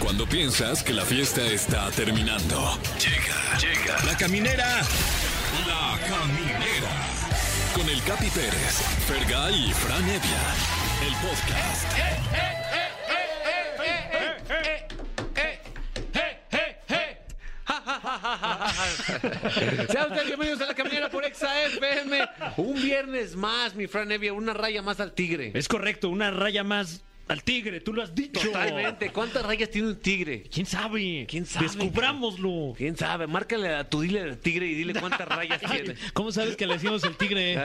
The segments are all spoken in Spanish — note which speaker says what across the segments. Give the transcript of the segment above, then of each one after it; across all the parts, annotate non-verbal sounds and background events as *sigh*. Speaker 1: Cuando piensas que la fiesta está terminando. Llega, llega. La caminera. La caminera. Con el Capi Pérez, Fergay y Fran Evia. El podcast.
Speaker 2: *laughs* Sean ustedes bienvenidos a la caminera por Exa FM. Un viernes más, mi Fran Evia, una raya más al tigre.
Speaker 3: Es correcto, una raya más al tigre, tú lo has dicho.
Speaker 2: Totalmente. ¿Cuántas rayas tiene un tigre?
Speaker 3: ¿Quién sabe?
Speaker 2: ¿Quién sabe?
Speaker 3: Descubrámoslo.
Speaker 2: ¿Quién sabe? Márcale a tu dile del tigre y dile cuántas
Speaker 3: *laughs*
Speaker 2: rayas
Speaker 3: Ay,
Speaker 2: tiene.
Speaker 3: ¿Cómo sabes que le decimos el
Speaker 2: *laughs*
Speaker 3: tigre?
Speaker 2: Eso,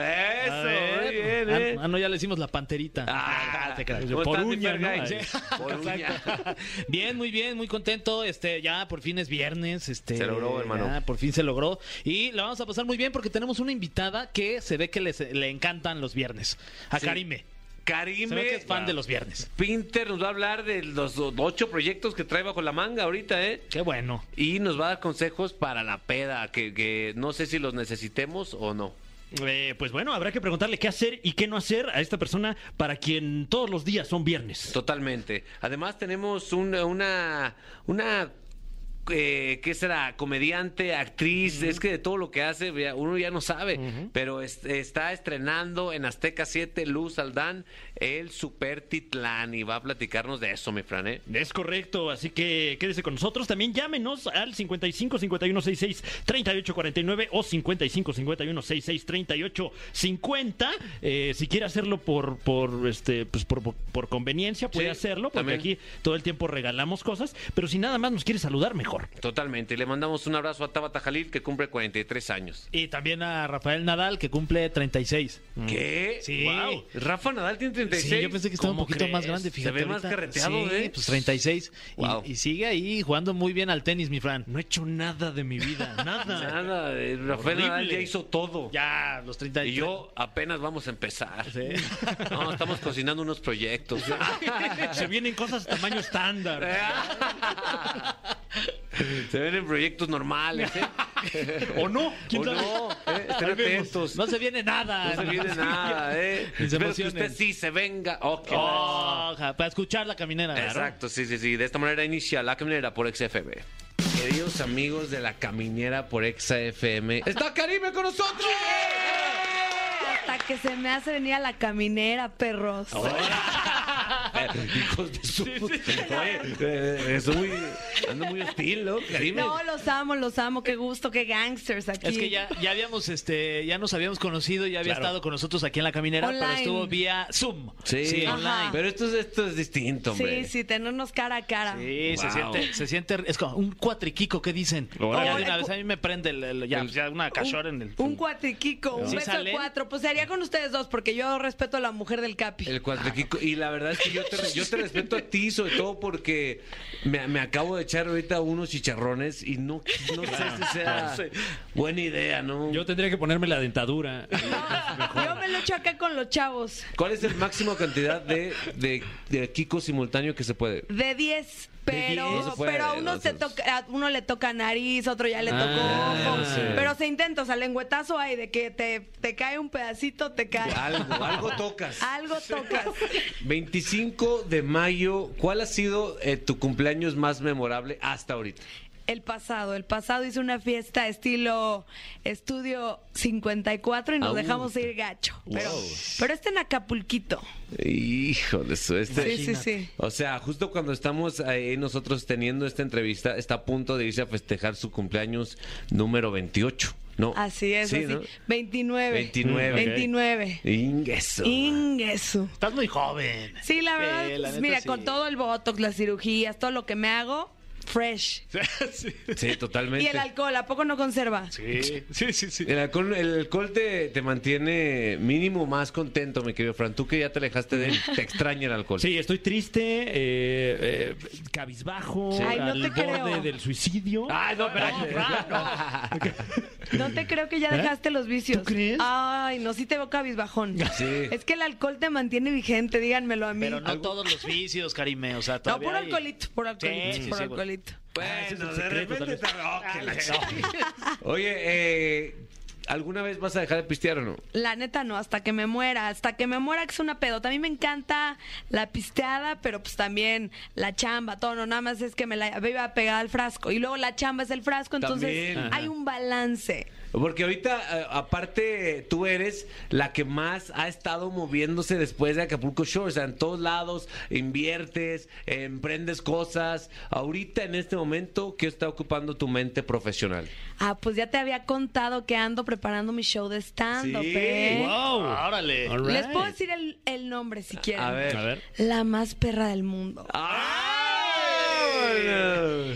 Speaker 3: A ver,
Speaker 2: muy bien,
Speaker 3: ah,
Speaker 2: eh.
Speaker 3: Ah, no, ya le decimos la panterita.
Speaker 2: Ah,
Speaker 3: te creas.
Speaker 2: ¿cómo
Speaker 3: Por
Speaker 2: estás, mi
Speaker 3: uña, ¿no?
Speaker 2: Fergay?
Speaker 3: Ay, sí.
Speaker 2: Por uña.
Speaker 3: *laughs* Exacto. Bien, muy bien, muy contento. Este, ya por fin es viernes. Este,
Speaker 2: Se logró, hermano.
Speaker 3: ya por fin se logró. Y la vamos a pasar muy bien porque tenemos una invitada que se ve que les- le encantan los viernes. A
Speaker 2: Sí.
Speaker 3: Karime.
Speaker 2: Karime.
Speaker 3: Se ve que es fan de los viernes.
Speaker 2: Pinter nos va a hablar de los ocho proyectos que trae bajo la manga ahorita, ¿eh?
Speaker 3: Qué bueno.
Speaker 2: Y nos va a dar consejos para la peda, que, que no sé si los necesitemos o no.
Speaker 3: Eh, pues bueno, habrá que preguntarle qué hacer y qué no hacer a esta persona para quien todos los días son viernes.
Speaker 2: Totalmente. Además tenemos una, una, una eh, ¿qué será? Comediante, actriz, es que de todo lo que hace ya- uno ya no sabe, pero es- está estrenando en Azteca 7 Luz Aldán el Super Titlán y va a platicarnos de eso, mi Fran. ¿eh?
Speaker 3: Es correcto, así que quédese con nosotros. También llámenos al 55 51 66 38 49 o 55 51 66 38 50. Eh, si quiere hacerlo por por este pues por, por- por conveniencia puede
Speaker 2: Sí,
Speaker 3: hacerlo porque
Speaker 2: también.
Speaker 3: aquí todo el tiempo regalamos cosas, pero si nada más nos quiere saludar mejor.
Speaker 2: Totalmente. Y le mandamos un abrazo a Tabata Jalil que cumple 43 años.
Speaker 3: Y también a Rafael Nadal que cumple 36.
Speaker 2: ¿Qué?
Speaker 3: Sí.
Speaker 2: Wow. Rafa Nadal tiene 36.
Speaker 4: Mm. Sí, yo pensé que estaba un
Speaker 3: ¿Cómo
Speaker 4: poquito
Speaker 3: crees?
Speaker 4: más grande,
Speaker 3: Se
Speaker 4: fíjate.
Speaker 2: ve más
Speaker 4: ahorita.
Speaker 2: carreteado,
Speaker 4: sí,
Speaker 2: ¿eh?
Speaker 4: pues 36. Y-
Speaker 2: Guau.
Speaker 4: Y, sigue ahí jugando muy bien al tenis, mi Fran.
Speaker 3: No he hecho nada de
Speaker 4: *laughs*
Speaker 3: mi vida, nada.
Speaker 2: Nada, eh, Rafael
Speaker 3: Horrible.
Speaker 2: Nadal ya hizo todo.
Speaker 4: Ya, los 30.
Speaker 2: Y yo apenas vamos a empezar.
Speaker 4: Sí. ¿eh?
Speaker 2: No, estamos cocinando unos proyectos.
Speaker 3: *laughs* Se vienen cosas de tamaño estándar.
Speaker 2: Se ven en proyectos normales. ¿eh?
Speaker 3: *laughs* ¿O no? ¿Quién
Speaker 2: O
Speaker 3: sabe?
Speaker 2: no, ¿eh? estén
Speaker 3: Ahí vemos.
Speaker 2: atentos. No
Speaker 4: No se viene nada.
Speaker 2: se viene nada. ¿eh?
Speaker 4: Ni se
Speaker 2: Espero que
Speaker 4: emocionen.
Speaker 2: usted sí se venga. Ok.
Speaker 4: Oh, ja, para escuchar la caminera.
Speaker 2: Exacto, sí, sí, sí. De esta manera inicia la caminera por XFB. Queridos amigos de la caminera por XFM, está Karime con nosotros.
Speaker 5: Hasta que se me hace venir a la caminera, perros.
Speaker 2: Hijos de su. Oye, eh, es muy. Ando muy hostil, ¿no? Karime.
Speaker 5: No, los amo, los amo, qué gusto, qué gangsters aquí.
Speaker 4: Es que ya, ya habíamos, este, ya nos habíamos conocido, ya había
Speaker 3: Claro.
Speaker 4: estado con nosotros aquí en la caminera, pero
Speaker 5: Online.
Speaker 4: estuvo vía Zoom.
Speaker 2: Sí,
Speaker 5: Ajá.
Speaker 4: online.
Speaker 2: Pero esto es, esto es distinto, hombre.
Speaker 5: Sí, sí, tenernos cara a cara.
Speaker 4: Sí, se
Speaker 2: Wow.
Speaker 4: siente, se siente, es como un cuatriquico, ¿qué dicen?
Speaker 3: Órale.
Speaker 4: Ya de una vez a mí me prende el, el- ya, ya una cachorra en el...
Speaker 5: Un cuatriquico, un
Speaker 4: ¿Sí
Speaker 5: beso
Speaker 4: salen?
Speaker 5: de cuatro. Pues sería con ustedes dos, porque yo respeto a la mujer del Capi.
Speaker 2: El cuatriquico. Y la verdad es que yo te, yo te respeto a ti, sobre todo porque me, me acabo de echar ahorita unos chicharrones y no, no sé si sea buena idea, ¿no?
Speaker 3: Yo tendría que ponerme la dentadura.
Speaker 5: Yo me lo echo acá con los chavos.
Speaker 2: ¿Cuál es el máximo cantidad de, de, de Kiko simultáneo que se puede?
Speaker 5: De 10,
Speaker 2: diez. No
Speaker 5: pero,
Speaker 2: se puede,
Speaker 5: pero a uno,
Speaker 2: no,
Speaker 5: se
Speaker 2: no.
Speaker 5: toca, a uno le toca nariz, otro ya le tocó
Speaker 2: Ah,
Speaker 5: ojo.
Speaker 2: ya sé.
Speaker 5: Pero se intenta, o sea, lengüetazo hay de que te, te cae un pedacito, te cae.
Speaker 2: Algo, algo tocas.
Speaker 5: Algo tocas.
Speaker 2: 25 de mayo, ¿cuál ha sido eh, tu cumpleaños más memorable hasta ahorita?
Speaker 5: El pasado, el pasado hice una fiesta estilo estudio 54 y nos
Speaker 2: Au.
Speaker 5: dejamos ir gacho. Pero, pero este en Acapulquito.
Speaker 2: Híjole, eso, este.
Speaker 5: Sí, sí, sí.
Speaker 2: O sea, justo cuando estamos ahí nosotros teniendo esta entrevista, está a punto de irse a festejar su cumpleaños número 28, ¿no?
Speaker 5: Así es,
Speaker 2: Sí,
Speaker 5: así.
Speaker 2: ¿no?
Speaker 5: 29.
Speaker 2: 29.
Speaker 5: 29.
Speaker 2: Ingreso.
Speaker 5: Ingueso.
Speaker 4: Estás muy joven. *laughs*
Speaker 5: Sí, la verdad,
Speaker 4: Sí, Eh, la
Speaker 5: pues,
Speaker 4: neta,
Speaker 5: mira,
Speaker 4: sí.
Speaker 5: con todo el botox, las cirugías, todo lo que me hago, fresh.
Speaker 2: Sí, totalmente.
Speaker 5: Y el alcohol, ¿a poco no conserva?
Speaker 4: Sí, sí, sí, sí.
Speaker 2: El alcohol, el alcohol te, te mantiene mínimo más contento, mi querido Fran. Tú que ya te alejaste de él, te extraña el alcohol.
Speaker 3: Sí, estoy triste, eh, eh, cabizbajo,
Speaker 5: Ay, no
Speaker 3: al
Speaker 5: te
Speaker 3: borde
Speaker 5: creo. Ah,
Speaker 3: del suicidio.
Speaker 2: Ay, no, pero.
Speaker 5: No te creo que
Speaker 2: ¿Eh?
Speaker 5: ya dejaste los vicios.
Speaker 3: ¿Tú crees?
Speaker 5: Ay, no, sí te veo cabizbajón.
Speaker 2: Sí.
Speaker 5: Es que el alcohol te mantiene vigente, díganmelo a mí.
Speaker 4: Pero no todos los vicios, Karime, o sea,
Speaker 5: No,
Speaker 4: todavía
Speaker 5: por
Speaker 4: hay-
Speaker 5: alcoholito, por alcoholito,
Speaker 4: Sí, sí,
Speaker 5: por
Speaker 4: sí,
Speaker 5: alcoholito.
Speaker 4: *laughs*
Speaker 2: Bueno, de repente te- oh, que la- Oye, eh, ¿Alguna vez vas a dejar de pistear o no?
Speaker 5: La neta no, hasta que me muera, hasta que me muera que es una pedota. A mí me encanta la pisteada, pero pues también la chamba, todo, no, nada más es que me la me iba a pegar al frasco. Y luego la chamba es el frasco, entonces
Speaker 2: También, ajá.
Speaker 5: hay un balance.
Speaker 2: Porque ahorita, eh, aparte, tú eres la que más ha estado moviéndose después de Acapulco Shore. O sea, en todos lados inviertes, eh, emprendes cosas. Ahorita, en este momento, ¿qué está ocupando tu mente profesional?
Speaker 5: Ah, pues ya te había contado que ando preparando mi show de stand-up.
Speaker 2: Sí,
Speaker 5: ¿eh?
Speaker 3: ¡Wow!
Speaker 4: Órale.
Speaker 3: All
Speaker 5: Les
Speaker 3: right.
Speaker 5: puedo decir el, el nombre si quieren.
Speaker 2: A ver.
Speaker 3: A ver.
Speaker 5: La más perra del mundo.
Speaker 2: ¡Ay!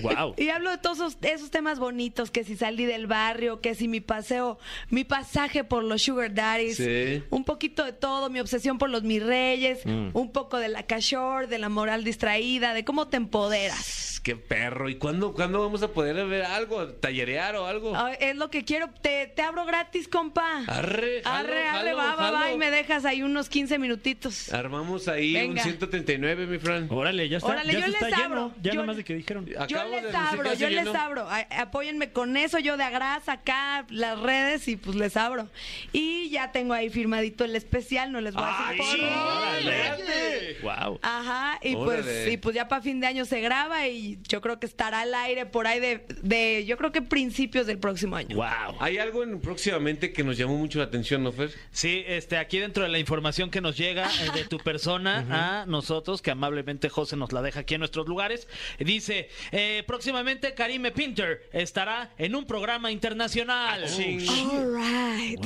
Speaker 3: ¡Wow!
Speaker 5: Y hablo de todos esos, esos temas bonitos, que si salí del barrio, que si mi paseo, mi pasaje por los Sugar Daddies,
Speaker 2: Sí.
Speaker 5: un poquito de todo, mi obsesión por los mis reyes,
Speaker 2: Mm.
Speaker 5: un poco de la cachor, de la moral distraída, de cómo te empoderas.
Speaker 2: ¡Qué perro! ¿Y cuándo, cuándo vamos a poder ver algo? ¿Tallerear o algo?
Speaker 5: Ay, es lo que quiero, te, te abro gratis, compa.
Speaker 2: Arre, jalo,
Speaker 5: arre, arre,
Speaker 2: jalo,
Speaker 5: va, va, va,
Speaker 2: jalo.
Speaker 5: y me dejas ahí unos 15 minutitos.
Speaker 2: Armamos ahí un
Speaker 5: Venga.
Speaker 2: 139, mi Fran.
Speaker 3: Órale, ya está.
Speaker 5: Órale,
Speaker 3: ya
Speaker 5: yo
Speaker 3: se
Speaker 5: les
Speaker 3: está
Speaker 5: abro.
Speaker 3: lleno. Ya
Speaker 5: Yo-
Speaker 3: nada más de que dijeron.
Speaker 5: Yo
Speaker 2: Acabo de
Speaker 5: les
Speaker 2: decir que
Speaker 5: abro,
Speaker 2: hace
Speaker 5: yo
Speaker 2: lleno.
Speaker 5: les abro. A- Apóyenme con eso, yo de agras acá, las redes y pues les abro. Y ya tengo ahí firmadito el especial, no les voy a
Speaker 2: ¡Ay,
Speaker 5: decir por
Speaker 2: órale!
Speaker 3: ¡Wow!
Speaker 5: Ajá, y
Speaker 2: Órale.
Speaker 5: pues, y pues ya para fin de año se graba y yo creo que estará al aire por ahí de, de yo creo que principios del próximo año.
Speaker 3: ¡Wow!
Speaker 2: Hay algo en, próximamente que nos llamó mucho la atención, ¿no, Fer?
Speaker 4: Sí, este, aquí dentro de la información que nos llega eh, de tu persona a nosotros, que amablemente José nos la deja aquí en nuestros lugares, dice, eh, próximamente Karime Pinter estará en un programa internacional.
Speaker 2: Sí.
Speaker 5: All right.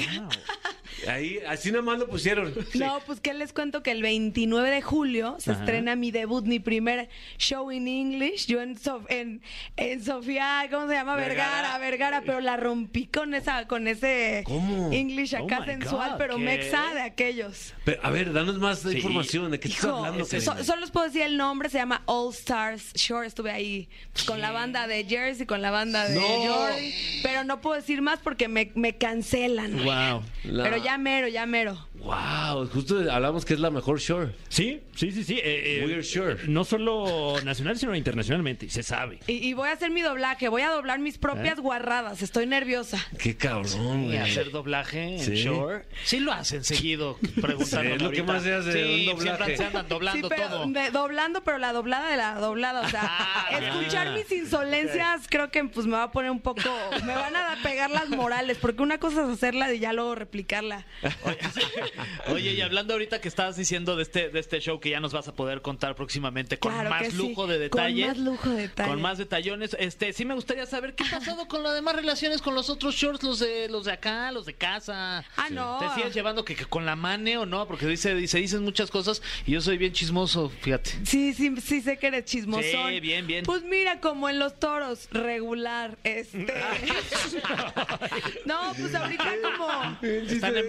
Speaker 2: Ahí, así nada más lo pusieron.
Speaker 5: No, pues que les cuento que el 29 de julio se estrena mi debut, mi primer show in English. Yo en, Sof- en, en Sofía, ¿cómo se llama?
Speaker 2: Vergara.
Speaker 5: Vergara, Vergara, pero la rompí con esa, con ese
Speaker 2: ¿Cómo?
Speaker 5: English acá
Speaker 3: Oh my
Speaker 5: sensual,
Speaker 3: God,
Speaker 5: pero
Speaker 3: ¿qué?
Speaker 5: mexa de aquellos.
Speaker 2: Pero, a ver, danos más información. ¿De qué estás
Speaker 5: Hijo,
Speaker 2: hablando?
Speaker 5: so-
Speaker 2: Karina?
Speaker 5: solo les puedo decir el nombre, se llama All Stars Shore. Estuve ahí pues, con la banda de Jersey, con la banda de
Speaker 2: No.
Speaker 5: Jordi, pero no puedo decir más porque me, me cancelan.
Speaker 3: ¡Wow!
Speaker 2: La-
Speaker 5: Pero ya mero, ya mero.
Speaker 2: Wow, justo hablamos que es la mejor shore.
Speaker 3: Sí, sí, sí, sí. eh, eh,
Speaker 2: We're sure.
Speaker 3: No solo nacional, sino internacionalmente. y Se sabe.
Speaker 5: Y, y voy a hacer mi doblaje, voy a doblar mis propias guarradas, estoy nerviosa.
Speaker 2: Qué cabrón,
Speaker 4: Y
Speaker 2: güey.
Speaker 4: hacer doblaje en
Speaker 2: Sí.
Speaker 4: Shore. Sí lo hacen seguido, preguntando.
Speaker 2: Sí, es lo que más se hace, un doblaje.
Speaker 4: Siempre se andan doblando
Speaker 5: sí, pero
Speaker 4: todo. Ah,
Speaker 5: de- doblando, pero la doblada de la doblada, o sea, escuchar mis insolencias creo que pues me va a poner un poco, me van a pegar las morales, porque una cosa es hacerla y ya luego replicarla.
Speaker 4: *laughs* Oye, y hablando ahorita que estabas diciendo de este, de este show que ya nos vas a poder contar próximamente con
Speaker 5: Claro que
Speaker 4: más
Speaker 5: sí,
Speaker 4: lujo de
Speaker 5: con
Speaker 4: detalles.
Speaker 5: más lujo de detalle.
Speaker 4: Con más detallones. Este, sí me gustaría saber qué ha pasado con las demás relaciones con los otros shorts, los de, los de acá, los de casa.
Speaker 5: Ah, no.
Speaker 4: ¿Te sigues llevando que, que con la mane o no? Porque dice, dice, dicen muchas cosas y yo soy bien chismoso, fíjate.
Speaker 5: Sí, sí, sí sé que eres chismosón.
Speaker 4: Sí, bien, bien.
Speaker 5: Pues mira, como en los toros, regular,
Speaker 4: *laughs*
Speaker 5: este. *laughs* no, pues ahorita como.
Speaker 4: Están en-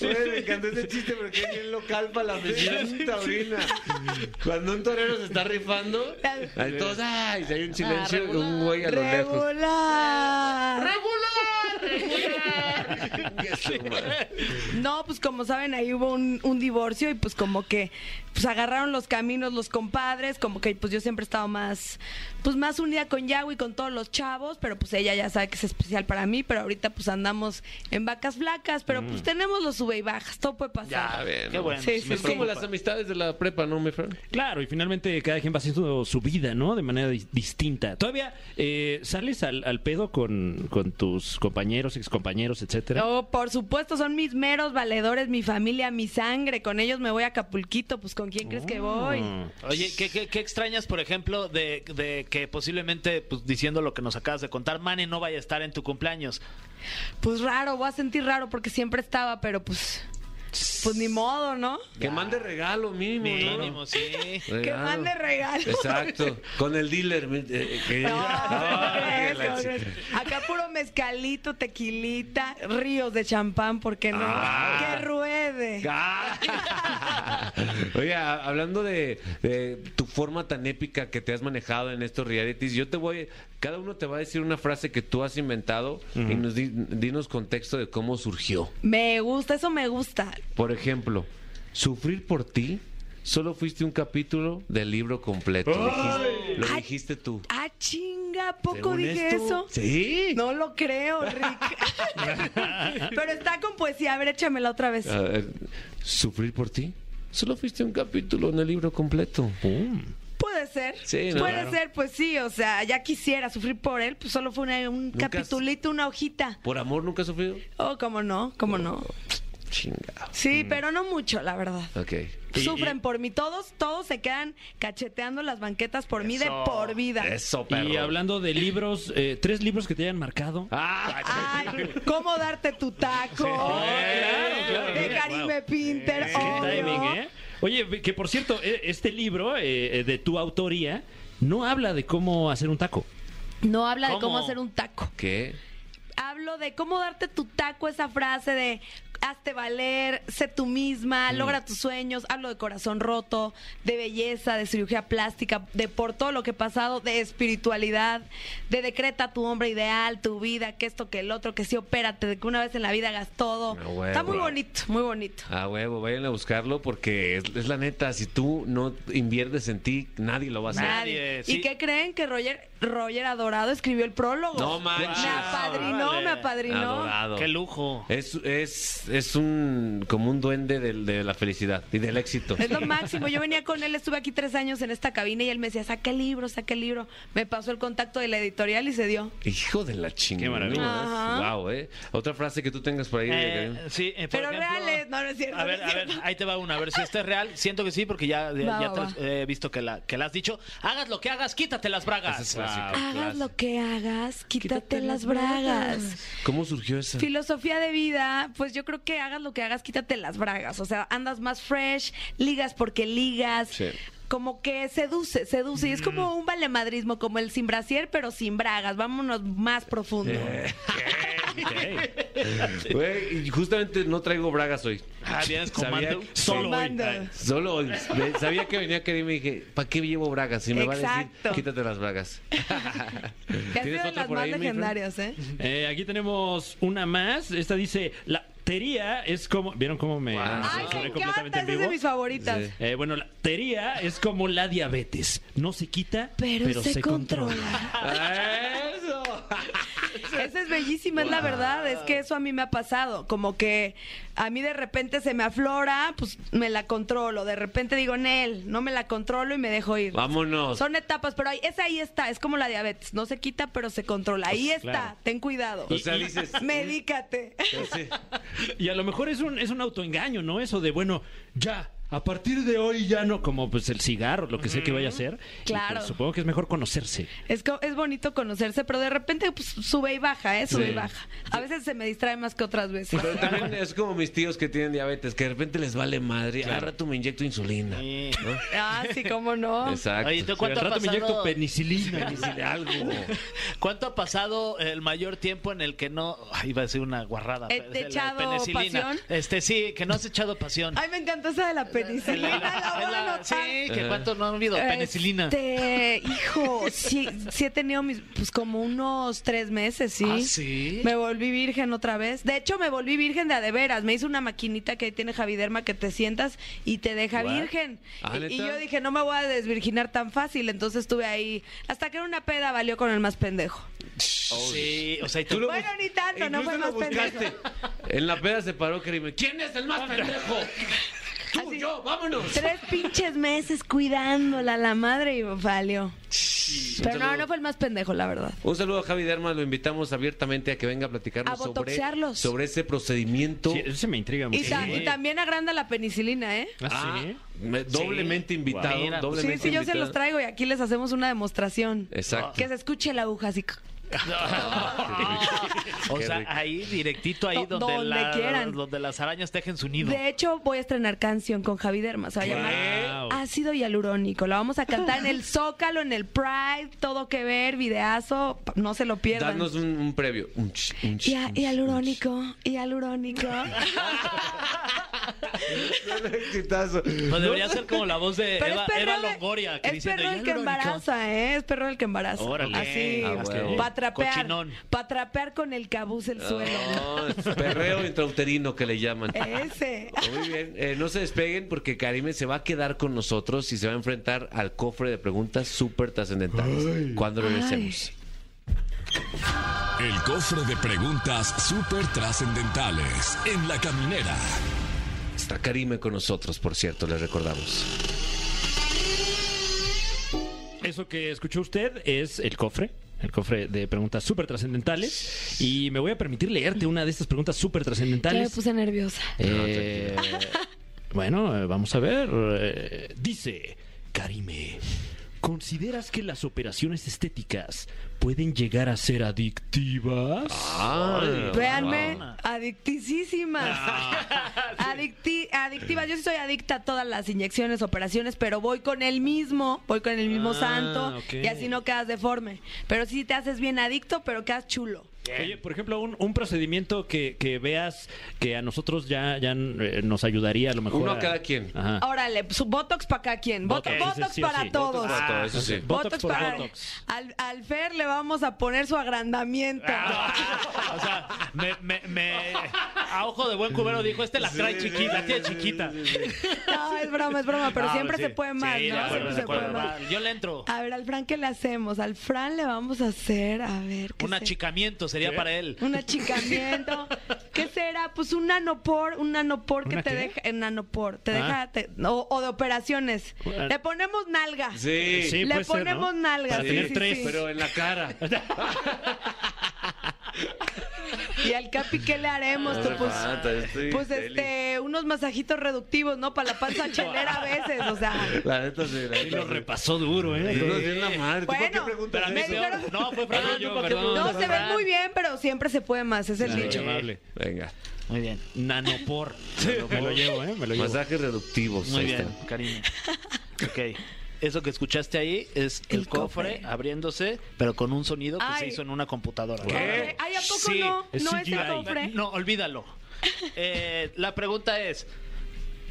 Speaker 2: Oye, me encantó ese chiste porque es bien local para la vecina taurina. Cuando un torero se está
Speaker 5: *laughs*
Speaker 2: rifando, entonces ay, si hay
Speaker 5: Ah,
Speaker 2: un silencio, un güey a lo lejos.
Speaker 5: Regular. *laughs* No, pues como saben, ahí hubo un, un divorcio y pues como que pues agarraron los caminos los compadres, como que pues yo siempre he estado más, pues más unida con Yahweh y con todos los chavos, pero pues ella ya sabe que es especial para mí, pero ahorita pues andamos en vacas flacas, pero pues tenemos los sube y bajas, todo puede pasar.
Speaker 2: Ya, bien.
Speaker 4: Qué
Speaker 2: ¿no?
Speaker 4: bueno.
Speaker 5: Sí,
Speaker 4: pues, me
Speaker 5: sí,
Speaker 2: Es como
Speaker 4: preocupa.
Speaker 2: las amistades de la prepa, ¿no, mi friend?
Speaker 3: Claro, y finalmente cada quien va haciendo su vida, ¿no? De manera dis- distinta. Todavía eh, sales al, al pedo con, con tus compañeros, excompañeros, etcétera.
Speaker 5: Oh, por supuesto, son mis meros valedores, mi familia, mi sangre. Con ellos me voy a Acapulquito, pues ¿con quién crees que voy?
Speaker 4: Oye, ¿qué, qué, qué extrañas, por ejemplo, de, de que posiblemente, pues, diciendo lo que nos acabas de contar, Mane no vaya a estar en tu cumpleaños?
Speaker 5: Pues raro, voy a sentir raro porque siempre estaba, pero pues. Pues ni modo, ¿no?
Speaker 2: Que mande regalo mínimo, ¿no?
Speaker 4: Mínimo, sí.
Speaker 5: Que
Speaker 2: Regalo.
Speaker 5: mande regalo.
Speaker 2: Exacto, con el dealer. eh, eh, que- *laughs*
Speaker 5: No,
Speaker 2: Ah,
Speaker 5: no,
Speaker 2: que la
Speaker 5: no,
Speaker 2: chica.
Speaker 5: no. Acá puro mezcalito, tequilita, ríos de champán, porque no?
Speaker 2: Ah.
Speaker 5: que ruede.
Speaker 2: Ah. *laughs* Oye, a- hablando de, de tu forma tan épica que te has manejado en estos realities, yo te voy, cada uno te va a decir una frase que tú has inventado y nos di- dinos contexto de cómo surgió.
Speaker 5: Me gusta, eso me gusta.
Speaker 2: Por ejemplo, sufrir por ti. Solo fuiste un capítulo del libro completo. Dijiste- lo
Speaker 5: Ay.
Speaker 2: dijiste tú.
Speaker 5: Ah, ching. Chinga, ¿a poco
Speaker 3: Según
Speaker 5: dije
Speaker 3: esto,
Speaker 5: eso?
Speaker 3: Sí.
Speaker 5: No lo
Speaker 2: *laughs*
Speaker 5: creo, Rick. Pero está con poesía. A ver, échamela otra vez.
Speaker 2: A ver, ¿Sufrir por ti? Solo fuiste un capítulo en el libro completo.
Speaker 5: Puede ser.
Speaker 2: Sí, no,
Speaker 5: Puede
Speaker 2: claro.
Speaker 5: ser, pues sí. O sea, ya quisiera sufrir por él. Pues solo fue una- un
Speaker 2: Nunca-
Speaker 5: capitulito, una hojita.
Speaker 2: ¿Por amor nunca has sufrido?
Speaker 5: Oh, cómo no, cómo no.
Speaker 2: Chingado.
Speaker 5: Sí, pero no mucho, la verdad.
Speaker 2: Ok.
Speaker 3: Mm. Y-
Speaker 5: Sufren
Speaker 3: y-
Speaker 5: por mí. Todos, todos se quedan cacheteando las banquetas por mí de
Speaker 2: Eso.
Speaker 5: por vida.
Speaker 2: Eso, perro.
Speaker 3: Y hablando de libros, eh, tres libros que te hayan marcado.
Speaker 2: Ah,
Speaker 5: Ay, ¿cómo darte tu taco?
Speaker 3: claro, claro.
Speaker 5: De
Speaker 3: Wow.
Speaker 5: Karime Pinter.
Speaker 3: Qué
Speaker 5: obvio.
Speaker 3: timing, ¿eh? Oye, que por cierto, eh, este libro eh, eh, de tu autoría no habla de cómo hacer un taco.
Speaker 5: No habla de
Speaker 4: ¿Cómo?
Speaker 5: cómo hacer un taco.
Speaker 2: ¿Qué?
Speaker 5: Hablo de cómo darte tu taco, esa frase de hazte valer, sé tú misma, logra tus sueños. Hablo de corazón roto, de belleza, de cirugía plástica, de por todo lo que he pasado, de espiritualidad, de decreta tu hombre ideal, tu vida, que esto, que el otro, que sí, opérate, de que una vez en la vida hagas todo.
Speaker 2: Ah, huevo.
Speaker 5: Está muy bonito, muy bonito.
Speaker 2: A huevo, vayan a buscarlo porque es, es la neta, si tú no inviertes en ti, Pues nadie lo va a hacer.
Speaker 4: Nadie, sí.
Speaker 5: ¿Y qué creen que Roger, Roger Adorado escribió el prólogo?
Speaker 2: No manches.
Speaker 5: *laughs* Me apadrinó,
Speaker 4: Órale.
Speaker 5: me apadrinó.
Speaker 2: Adorado.
Speaker 4: Qué lujo.
Speaker 2: Es, es, es un como un duende del- de, la felicidad y del éxito.
Speaker 5: *laughs* Es lo máximo. Yo venía con él, estuve aquí tres años en esta cabina y él me decía, saca el libro, saca el libro. Me pasó el contacto de la editorial y se dio.
Speaker 2: Hijo de la chingada.
Speaker 3: Qué maravilla.
Speaker 5: Ajá.
Speaker 2: Wow, eh. Otra frase que tú tengas por ahí.
Speaker 4: Eh,
Speaker 2: Karim.
Speaker 4: sí, eh, por
Speaker 5: Pero
Speaker 4: ejemplo-
Speaker 5: reales, no, no es cierto.
Speaker 4: A ver,
Speaker 5: no es
Speaker 4: a ver,
Speaker 5: cierto.
Speaker 4: ahí te va una. A ver si esta es real. Siento que sí, porque ya, ya-
Speaker 5: Va,
Speaker 4: ya
Speaker 5: va,
Speaker 4: tras-
Speaker 5: va.
Speaker 4: he visto que la, que la has dicho. Hagas lo que hagas, quítate las bragas.
Speaker 2: Esa
Speaker 3: ah,
Speaker 2: es clásica.
Speaker 4: Wow.
Speaker 5: Hagas lo que hagas, quítate, las bragas.
Speaker 2: ¿Cómo surgió esa?
Speaker 5: Filosofía de vida, pues yo creo que hagas lo que hagas, quítate las bragas. O sea, andas más fresh, ligas porque ligas.
Speaker 2: Sí. Mm.
Speaker 5: Como que seduce, seduce. Y es como un valemadrismo, como el sin brasier, pero sin bragas. Vámonos más profundo.
Speaker 2: Güey, y justamente no traigo bragas hoy.
Speaker 4: Ah, vienes con
Speaker 2: Sabía-
Speaker 4: mando.
Speaker 3: Solo hoy.
Speaker 5: Mando.
Speaker 3: Ay.
Speaker 2: Solo hoy. Ve- Sabía que venía Karim y dije, ¿para qué llevo bragas? Si me va a decir,
Speaker 5: Exacto.
Speaker 2: quítate las bragas.
Speaker 5: *laughs* Que ha
Speaker 2: ¿Tienes
Speaker 5: sido de
Speaker 2: otra
Speaker 5: las
Speaker 2: por
Speaker 5: más
Speaker 2: ahí, mi friend?
Speaker 5: legendarias, ¿eh?
Speaker 3: Eh, aquí tenemos una más. Esta dice, la tería es como... ¿Vieron cómo me...
Speaker 2: Wow.
Speaker 5: Ay,
Speaker 3: asesoré
Speaker 5: me encanta, esa es de mis favoritas.
Speaker 2: Sí.
Speaker 3: Eh, bueno, la tería es como la diabetes. No se quita, pero, se, controla.
Speaker 2: ¡Eso!
Speaker 5: *laughs* Esa es bellísima, es la verdad. Es que eso a mí me ha pasado. Como que a mí de repente se me aflora, pues me la controlo. De repente digo, Nel, no me la controlo y me dejo ir.
Speaker 2: Vámonos.
Speaker 5: Son etapas, pero ahí, esa ahí está. Es como la diabetes. No se quita, pero se controla. Ahí está.
Speaker 3: Pues, claro.
Speaker 5: Ten cuidado.
Speaker 2: O sea, dices.
Speaker 5: *laughs* Medícate.
Speaker 2: Sí.
Speaker 3: *laughs* Y a lo mejor es un, es un autoengaño, ¿no? Eso de, bueno, ya, a partir de hoy ya no, como pues el cigarro, lo que sé que vaya a ser. Y,
Speaker 5: Claro.
Speaker 3: pues, supongo que es mejor conocerse.
Speaker 5: Es, co- es bonito conocerse, pero de repente pues, sube y baja, ¿eh? Sube
Speaker 3: Sí.
Speaker 5: y baja. A veces se me distrae más que
Speaker 3: *laughs*
Speaker 5: otras veces.
Speaker 2: Pero también es como mis tíos que tienen diabetes, que de repente les vale madre. Al rato me inyecto insulina.
Speaker 4: Sí.
Speaker 5: Ah, sí, cómo no.
Speaker 2: Exacto.
Speaker 4: Oye, ¿tú cuánto
Speaker 3: Al
Speaker 4: ha
Speaker 3: rato me inyecto
Speaker 4: pasado?
Speaker 3: penicilina.
Speaker 2: Decirle
Speaker 4: *laughs*
Speaker 2: algo.
Speaker 4: ¿Cuánto ha pasado el mayor tiempo en el que no Ay, iba a decir una guarrada?
Speaker 5: ¿Te
Speaker 4: pero es
Speaker 5: he
Speaker 4: la
Speaker 5: echado
Speaker 4: penicilina.
Speaker 5: pasión?
Speaker 4: Este sí, que no has echado pasión.
Speaker 5: Ay, me encantó esa de la penicilina. La voy
Speaker 4: Es
Speaker 5: a
Speaker 4: la-
Speaker 5: anotar.
Speaker 4: sí, que cuánto no han habido penicilina.
Speaker 5: Este, hijo, sí, sí he tenido mis, pues como unos tres meses, sí.
Speaker 4: Ah, ¿sí?
Speaker 5: Me volví virgen otra vez. De hecho, me volví virgen de a de veras. Me hizo una maquinita que tiene Javiderma que te sientas y te deja
Speaker 2: What?
Speaker 5: virgen.
Speaker 2: Ah,
Speaker 5: y, y
Speaker 2: ¿neta?
Speaker 5: yo dije, no me voy a desvirginar tan fácil. Entonces estuve ahí. Hasta que era una peda, valió con el más pendejo.
Speaker 4: Sí, o sea, y tú-
Speaker 2: Tú lo
Speaker 5: Bueno,
Speaker 2: bus-
Speaker 5: ni tanto, no
Speaker 2: Incluso lo
Speaker 5: fue más pendejo.
Speaker 2: buscaste. En la peda se paró Karim. ¿Quién es el más
Speaker 4: *laughs*
Speaker 2: pendejo? Tú,
Speaker 5: Así.
Speaker 2: yo, vámonos.
Speaker 5: Tres pinches meses cuidándola, la madre, y valió. Pero no,
Speaker 2: saludo.
Speaker 5: no fue el más pendejo, la verdad.
Speaker 2: Un saludo a Javi Derma, lo invitamos abiertamente a que venga a platicarnos
Speaker 5: A
Speaker 2: sobre,
Speaker 5: botoxearlos.
Speaker 2: sobre ese procedimiento.
Speaker 3: Sí, eso se me intriga mucho.
Speaker 5: Y, ta- y también agranda la penicilina, ¿eh?
Speaker 3: Ah,
Speaker 2: Ah,
Speaker 3: ¿sí?
Speaker 2: me- doblemente invitado,
Speaker 4: Mira, pues,
Speaker 5: Sí,
Speaker 2: doblemente
Speaker 5: sí, yo se
Speaker 2: invitado.
Speaker 5: los traigo y aquí les hacemos una demostración.
Speaker 2: Exacto.
Speaker 5: Que se escuche la aguja así.
Speaker 4: o
Speaker 2: Qué
Speaker 4: sea,
Speaker 2: rico.
Speaker 4: ahí directito ahí
Speaker 5: Do-
Speaker 4: donde,
Speaker 5: donde
Speaker 4: la-
Speaker 5: quieran.
Speaker 4: donde las arañas tejen su nido.
Speaker 5: De hecho, voy a estrenar canción con Javi Derma. Se va a llamar
Speaker 3: Wow.
Speaker 5: Ácido Hialurónico. La vamos a cantar en el Zócalo, en el Pride, todo que ver, videazo. pa- No se lo pierdan.
Speaker 2: Danos un, un previo. Un ch- un ch-
Speaker 5: Y a-
Speaker 2: un ch-
Speaker 5: hialurónico, hialurónico.
Speaker 2: Exitazo.
Speaker 4: Pues debería ser como la voz de
Speaker 5: Pero
Speaker 4: Eva,
Speaker 5: es perro,
Speaker 4: Eva
Speaker 5: de-
Speaker 4: Longoria, que
Speaker 5: es
Speaker 4: dicen
Speaker 5: perro
Speaker 4: de
Speaker 5: el que
Speaker 4: hialurónico. *laughs*
Speaker 5: embaraza, ¿eh? Es perro el que embaraza.
Speaker 4: Órale.
Speaker 5: Así.
Speaker 2: Ah, bueno.
Speaker 5: Para trapear.
Speaker 4: Cochinón.
Speaker 5: Para trapear con el cabuz el suelo. Eh.
Speaker 2: No, es perreo intrauterino que le llaman.
Speaker 5: Ese.
Speaker 2: Muy bien, eh, no se despeguen porque Karime se va a quedar con nosotros y se va a enfrentar al cofre de preguntas súper trascendentales cuando regresemos.
Speaker 5: Ay.
Speaker 1: El cofre de preguntas súper trascendentales en la caminera.
Speaker 2: Está Karime con nosotros, por cierto, les recordamos.
Speaker 3: Eso que escuchó usted es el cofre. El cofre de preguntas súper trascendentales. Y me voy a permitir leerte una de estas preguntas súper
Speaker 5: Ya me
Speaker 3: trascendentales.
Speaker 5: puse nerviosa.
Speaker 3: Eh, bueno, eh, vamos a ver. Eh, dice, Karime, ¿consideras que las operaciones estéticas pueden llegar a ser adictivas?
Speaker 2: Ah,
Speaker 5: Véanme,
Speaker 3: *laughs*
Speaker 5: adicticísimas.
Speaker 3: Ah,
Speaker 5: Adicti- adictivas. Yo sí soy adicta a todas las inyecciones, operaciones, pero voy con el mismo, voy con el mismo
Speaker 3: Ah,
Speaker 5: santo
Speaker 3: ok.
Speaker 5: y así no quedas deforme. Pero sí te haces bien adicto, pero quedas chulo.
Speaker 3: Oye, por ejemplo, un, un procedimiento que, que veas que a nosotros ya, ya eh, nos ayudaría a lo mejor.
Speaker 2: Uno a
Speaker 3: a-
Speaker 2: cada quien.
Speaker 3: Ajá.
Speaker 5: Órale, su Botox para cada quien. Bot-
Speaker 3: Botox,
Speaker 5: Botox,
Speaker 3: Ah. sí, sí,
Speaker 5: para
Speaker 3: sí.
Speaker 5: todos.
Speaker 2: Botox para todos, eso sí.
Speaker 3: Botox por
Speaker 5: para
Speaker 3: Botox.
Speaker 5: Al, al Fer le vamos a poner su agrandamiento.
Speaker 3: Ah.
Speaker 4: Ah, O sea, me, me, me- a ojo de buen cubero dijo, este la trae chiquita, la tiene chiquita.
Speaker 5: *laughs* No, es broma, es broma, pero
Speaker 4: Ah,
Speaker 5: siempre
Speaker 4: sí.
Speaker 5: se puede más,
Speaker 4: Sí, de
Speaker 5: ¿no?
Speaker 4: acuerdo,
Speaker 5: Siempre
Speaker 4: de
Speaker 5: se puede
Speaker 4: acuerdo.
Speaker 5: más.
Speaker 4: Va, Yo le entro.
Speaker 5: A ver, al Fran, ¿qué le hacemos? Al Fran le vamos a hacer, a ver. ¿qué
Speaker 4: Un
Speaker 5: será?
Speaker 4: achicamiento sería para él.
Speaker 5: Un achicamiento. ¿Qué será? Pues un nanopor, un nanopor que
Speaker 3: ¿Una
Speaker 5: te
Speaker 3: qué?
Speaker 5: deja. eh, nanopor, te
Speaker 3: Ah.
Speaker 5: deja. te- o, o de operaciones.
Speaker 3: Bueno.
Speaker 5: Le ponemos nalga.
Speaker 2: Sí,
Speaker 3: Sí,
Speaker 5: Le
Speaker 3: puede ser, ¿no?
Speaker 5: ponemos nalgas.
Speaker 3: Para
Speaker 5: sí,
Speaker 3: tener
Speaker 5: sí,
Speaker 3: tres.
Speaker 5: sí.
Speaker 2: pero en la cara.
Speaker 5: ¿Y al Capi qué le haremos?
Speaker 2: No
Speaker 5: tú?
Speaker 2: hace
Speaker 5: pues
Speaker 2: falta, yo estoy
Speaker 5: pues,
Speaker 2: feliz.
Speaker 5: este, unos masajitos reductivos, ¿no? Para la panza chelera a veces, o sea.
Speaker 2: La neta sí, la
Speaker 3: Y lo
Speaker 2: neta sí.
Speaker 3: repasó duro, ¿eh?
Speaker 2: Uno tiene la madre. ¿Tú por qué
Speaker 5: Bueno,
Speaker 2: preguntas
Speaker 5: pero a mí
Speaker 2: eso?
Speaker 5: me dijeron-
Speaker 4: No, fue Fran.
Speaker 3: Ah, yo,
Speaker 4: ¿tú para qué
Speaker 3: perdón.
Speaker 5: No,
Speaker 4: preguntas,
Speaker 5: se ven
Speaker 4: Fran?
Speaker 5: muy bien, pero siempre se puede más, es el
Speaker 3: Claro,
Speaker 5: dicho.
Speaker 3: amable.
Speaker 2: Venga.
Speaker 4: Muy bien.
Speaker 3: Nanopor. Me lo llevo, ¿eh? Me lo llevo.
Speaker 2: Masajes reductivos.
Speaker 4: Muy
Speaker 2: ahí
Speaker 4: bien,
Speaker 2: está. *laughs*
Speaker 4: cariño. Ok. Eso que escuchaste ahí es el,
Speaker 5: El
Speaker 4: cofre,
Speaker 5: cofre.
Speaker 4: abriéndose, pero con un sonido que se
Speaker 5: Ay.
Speaker 4: hizo en una computadora.
Speaker 5: ¿Qué? Ay, ¿a poco
Speaker 4: Sí,
Speaker 5: no?
Speaker 3: es
Speaker 5: No es
Speaker 3: CGI.
Speaker 5: el cofre.
Speaker 4: No, olvídalo. Eh, la pregunta es.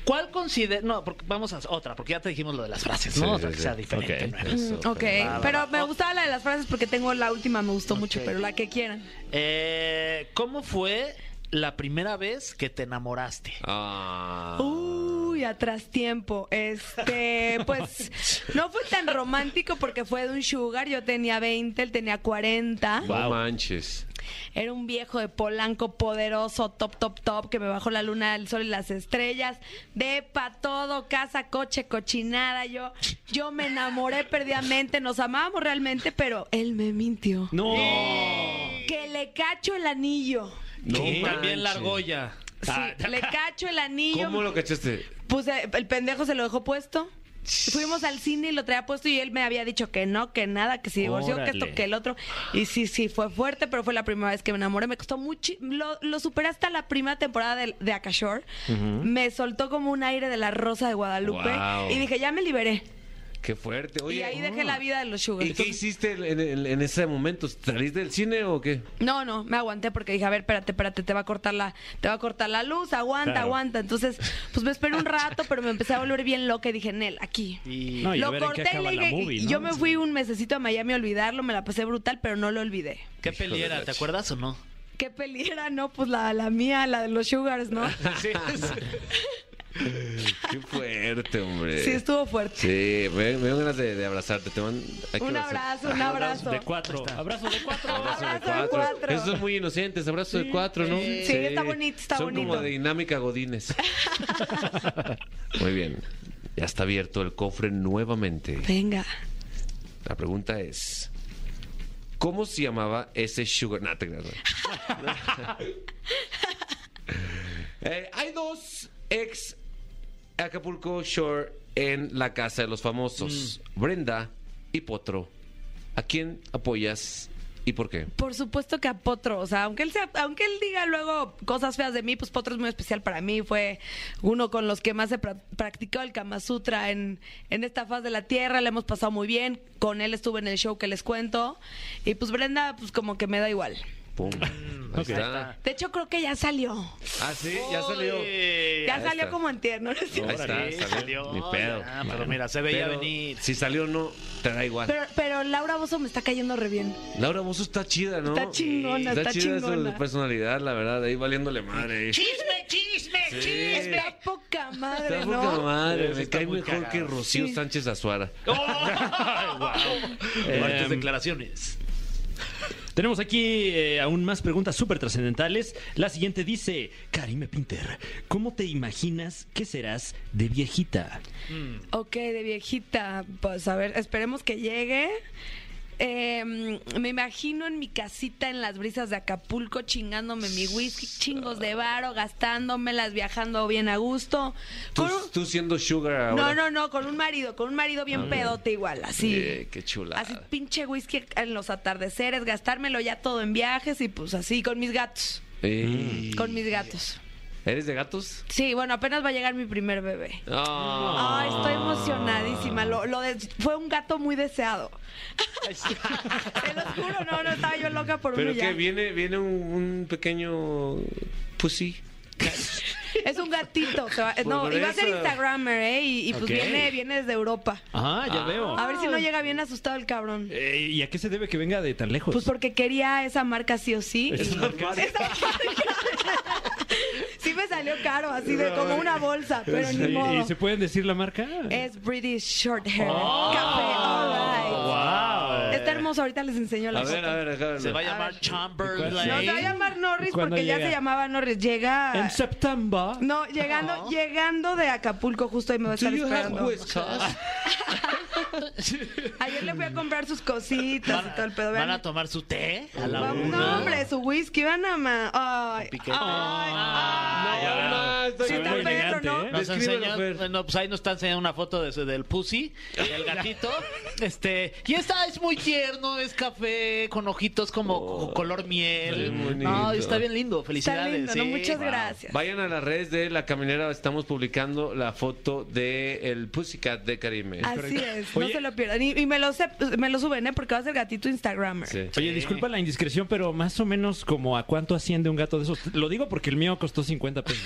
Speaker 4: ¿Cuál considera.? No, porque vamos a otra, porque ya te dijimos lo de las frases, ¿no?
Speaker 2: Sí,
Speaker 4: otra
Speaker 2: sí,
Speaker 4: que
Speaker 2: sí.
Speaker 4: sea diferente.
Speaker 3: Ok.
Speaker 4: nueva.
Speaker 2: Eso,
Speaker 5: Mm, Ok,
Speaker 2: va, va,
Speaker 5: pero me gustaba la de las frases porque tengo la última, me gustó mucho,
Speaker 4: Ok.
Speaker 5: pero la que quieran.
Speaker 4: Eh, ¿Cómo fue la primera vez que te enamoraste?
Speaker 2: Ah.
Speaker 5: Uy, atrás tiempo. Este, pues no fue tan romántico porque fue de un sugar. Yo tenía 20, él tenía 40.
Speaker 2: No
Speaker 3: Wow.
Speaker 2: manches.
Speaker 5: Era un viejo de Polanco poderoso, top, top, top, que me bajó la luna, el sol y las estrellas. Depa, todo, casa, coche, cochinada. Yo, yo me enamoré perdidamente. Nos amábamos realmente, pero él me mintió.
Speaker 3: ¡No!
Speaker 5: Que le cacho el anillo.
Speaker 2: No
Speaker 4: ¿Qué? También la
Speaker 2: manches.
Speaker 4: argolla. Ah,
Speaker 5: Sí, *laughs* le cacho el anillo.
Speaker 2: Ah. ¿Cómo lo cachaste?
Speaker 5: Pues eh, el pendejo se lo dejó puesto. Fuimos al cine y lo traía puesto y él me había dicho que no, que nada, que se divorció, que
Speaker 3: Órale.
Speaker 5: esto, que el otro. Y sí, sí, fue fuerte, pero fue la primera vez que me enamoré. Me costó mucho. Lo, lo superé hasta la primera temporada de, de Akashore. Me soltó como un aire de la rosa de Guadalupe.
Speaker 2: Guau.
Speaker 5: Y dije, ya me liberé.
Speaker 2: Qué fuerte. Oye, ah.
Speaker 5: y ahí dejé la vida de los Sugar.
Speaker 2: ¿Y qué hiciste en, en- en ese momento? ¿Saliste del cine o qué?
Speaker 5: No, no, me aguanté porque dije, a ver, espérate, espérate, te va a cortar la, te va a cortar la luz, aguanta,
Speaker 3: Claro.
Speaker 5: aguanta. Entonces, pues me esperé un rato, pero me empecé a volver bien loca y dije, Nel, aquí.
Speaker 4: Y
Speaker 3: No, y a
Speaker 5: lo
Speaker 3: ver en qué
Speaker 5: corté y,
Speaker 3: acaba
Speaker 5: le
Speaker 3: la
Speaker 5: dije-
Speaker 3: movie,
Speaker 5: y
Speaker 3: ¿no?
Speaker 5: yo me fui un mesecito a Miami a olvidarlo, me la pasé brutal, pero no lo olvidé.
Speaker 4: ¿Qué
Speaker 2: Híjole,
Speaker 4: peli era?
Speaker 2: Nacho.
Speaker 4: ¿Te acuerdas o no?
Speaker 5: ¿Qué peli era? No, pues la, la mía, la de los
Speaker 3: *laughs*
Speaker 5: Sugars, ¿no?
Speaker 2: Pues, Qué fuerte, hombre.
Speaker 5: Sí, estuvo fuerte.
Speaker 2: Sí, me, me dan ganas de, de abrazarte. Te mando- hay que
Speaker 5: Un
Speaker 2: abrazar.
Speaker 5: abrazo, un abrazo.
Speaker 3: De cuatro. Abrazo de cuatro.
Speaker 2: Abrazo de
Speaker 5: Abrazo de
Speaker 2: cuatro.
Speaker 5: cuatro.
Speaker 2: Esos son muy inocentes, abrazo de cuatro, ¿no?
Speaker 5: Sí, está bonito, está
Speaker 2: Son como
Speaker 5: bonito.
Speaker 2: de dinámica
Speaker 5: *laughs*
Speaker 2: godines. muy bien. Ya está abierto el cofre nuevamente.
Speaker 5: Venga.
Speaker 2: La pregunta es: ¿Cómo se llamaba ese sugar? Nah, te creas, no. *laughs* Eh, hay dos ex Acapulco Shore en la casa de los famosos: Brenda y Potro. ¿A quién apoyas y por qué?
Speaker 5: Por supuesto que a Potro, o sea, aunque él sea, aunque él diga luego cosas feas de mí, pues Potro es muy especial para mí. Fue uno con los que más he pra- practicado el Kama Sutra en, en esta faz de la tierra, le hemos pasado muy bien. Con él estuve en el show que les cuento. Y pues Brenda, pues como que me da igual.
Speaker 2: Pum. Ahí está.
Speaker 5: De hecho, creo que ya salió.
Speaker 2: Ah, sí, ya salió.
Speaker 4: Uy.
Speaker 5: Ya
Speaker 2: Ahí
Speaker 5: salió
Speaker 2: está.
Speaker 5: como en tierno.
Speaker 2: Ahí
Speaker 4: Órale,
Speaker 2: está, salió.
Speaker 4: salió.
Speaker 2: Ni pedo.
Speaker 4: Ah, pero mira, se
Speaker 2: *laughs*
Speaker 4: veía venir.
Speaker 2: Si salió o no, te da igual.
Speaker 5: Pero, pero Laura Bozo me está cayendo re bien.
Speaker 2: Laura Bozo está chida, ¿no?
Speaker 5: Está chingona,
Speaker 2: está,
Speaker 5: está
Speaker 2: chida su
Speaker 5: chingona.
Speaker 2: personalidad, la verdad, ahí valiéndole madre. ahí.
Speaker 4: ¡Chisme, chisme, chisme!
Speaker 5: Está poca madre,
Speaker 2: Está poca
Speaker 5: ¿no?
Speaker 2: madre,
Speaker 4: Sí,
Speaker 2: me
Speaker 4: está
Speaker 2: cae
Speaker 4: muy
Speaker 2: mejor
Speaker 4: cagada.
Speaker 2: que Rocío
Speaker 5: Sí.
Speaker 2: Sánchez Azuara.
Speaker 4: ¡Oh! Fuertes
Speaker 3: Em,
Speaker 4: declaraciones.
Speaker 3: Tenemos aquí eh, aún más preguntas súper trascendentales. La siguiente dice, Karime Pinter, ¿cómo te imaginas que serás de viejita?
Speaker 5: Ok, de viejita, pues a ver, esperemos que llegue. Eh, me imagino en mi casita en las brisas de Acapulco chingándome mi whisky, chingos de varo, gastándomelas, viajando bien a gusto.
Speaker 2: Tú,
Speaker 5: Con un-
Speaker 2: tú siendo sugar ahora. Ah,
Speaker 5: no, no, no, con un marido, con un marido bien pedote igual, así.
Speaker 2: Eh, qué chulada.
Speaker 5: Así pinche whisky en los atardeceres, gastármelo ya todo en viajes y pues así con mis gatos,
Speaker 2: Eh,
Speaker 5: Mm. con mis gatos.
Speaker 2: ¿Eres de gatos? Ah.
Speaker 5: Sí, bueno, apenas va a llegar mi primer bebé. Ay, estoy emocionadísima. Lo, lo de- fue un gato
Speaker 2: *laughs*
Speaker 5: muy deseado. Te lo juro, no, no estaba yo loca por
Speaker 2: Pero
Speaker 5: uno ya.
Speaker 2: que viene, viene un, un pequeño pues pussy.
Speaker 5: Es un gatito. se va- no,
Speaker 2: por
Speaker 5: iba a ser
Speaker 2: eso.
Speaker 5: Instagrammer, ¿eh? Y, y, pues
Speaker 3: Ok.
Speaker 5: viene, viene desde Europa.
Speaker 3: Ah, ya
Speaker 2: Ah.
Speaker 3: veo.
Speaker 5: A ver si no llega bien asustado el cabrón.
Speaker 3: Eh, ¿Y a qué se debe que venga de tan lejos? *laughs*
Speaker 5: Pues porque quería esa marca sí o sí.
Speaker 3: Es
Speaker 5: Y-
Speaker 3: una marca.
Speaker 5: Esa marca. sí me salió caro, así de como una bolsa, pero
Speaker 3: Sí,
Speaker 5: ni
Speaker 3: ¿Y,
Speaker 5: modo.
Speaker 3: se pueden decir la marca?
Speaker 5: Es British Short Hair.
Speaker 3: Oh.
Speaker 5: Café, all right.
Speaker 2: Oh,
Speaker 3: Wow.
Speaker 5: Está hermoso, ahorita les enseño la
Speaker 2: A ver,
Speaker 5: foto.
Speaker 2: a ver, déjame
Speaker 4: Se va a
Speaker 2: ver.
Speaker 4: llamar Chamberlain.
Speaker 5: No, se va a llamar Norris
Speaker 3: ¿Cuándo
Speaker 5: porque ya
Speaker 3: llega?
Speaker 5: se llamaba Norris. Llega...
Speaker 3: En septiembre.
Speaker 5: No, llegando, llegando de Acapulco, justo ahí me
Speaker 2: Do
Speaker 5: va a estar
Speaker 2: you have
Speaker 5: esperando.
Speaker 2: whiskas?
Speaker 5: Ayer le fui a comprar sus cositas y *laughs* todo el pedo.
Speaker 4: ¿Van
Speaker 5: vean.
Speaker 4: a tomar su té a la
Speaker 5: Vamos-
Speaker 4: una?
Speaker 5: No, hombre, su whisky, van a ma- Ay,
Speaker 4: Piquete.
Speaker 5: ay, ay.
Speaker 2: No, no, estoy
Speaker 5: Sí,
Speaker 3: Se ve
Speaker 5: está
Speaker 3: muy
Speaker 5: perro,
Speaker 3: elegante,
Speaker 2: *laughs*
Speaker 5: ¿no?
Speaker 3: ¿eh?
Speaker 4: Nos
Speaker 2: Descríbelo,
Speaker 4: enseña-
Speaker 2: Fer.
Speaker 4: no, pues ahí nos está enseñando una foto de su- del pussy, del gatito.
Speaker 2: *laughs*
Speaker 4: este, y esta es muy tierno, es café, con ojitos como co- color miel.
Speaker 2: Oh, Muy bonito.
Speaker 4: No, está bien lindo,
Speaker 5: Está
Speaker 4: felicidades.
Speaker 5: lindo, ¿no?
Speaker 4: sí.
Speaker 5: Muchas
Speaker 4: Wow.
Speaker 5: gracias.
Speaker 2: Vayan a las redes de La Caminera, estamos publicando la foto de el Pussycat de Karime.
Speaker 5: Así es,
Speaker 3: Oye-
Speaker 5: no se lo pierdan. Y, y me, lo sep- me lo suben, ¿eh? Porque va a ser gatito Instagrammer.
Speaker 2: Sí.
Speaker 3: Oye, disculpa la indiscreción, pero más o menos como a cuánto asciende un gato de esos. Lo digo porque el mío costó 50 pesos.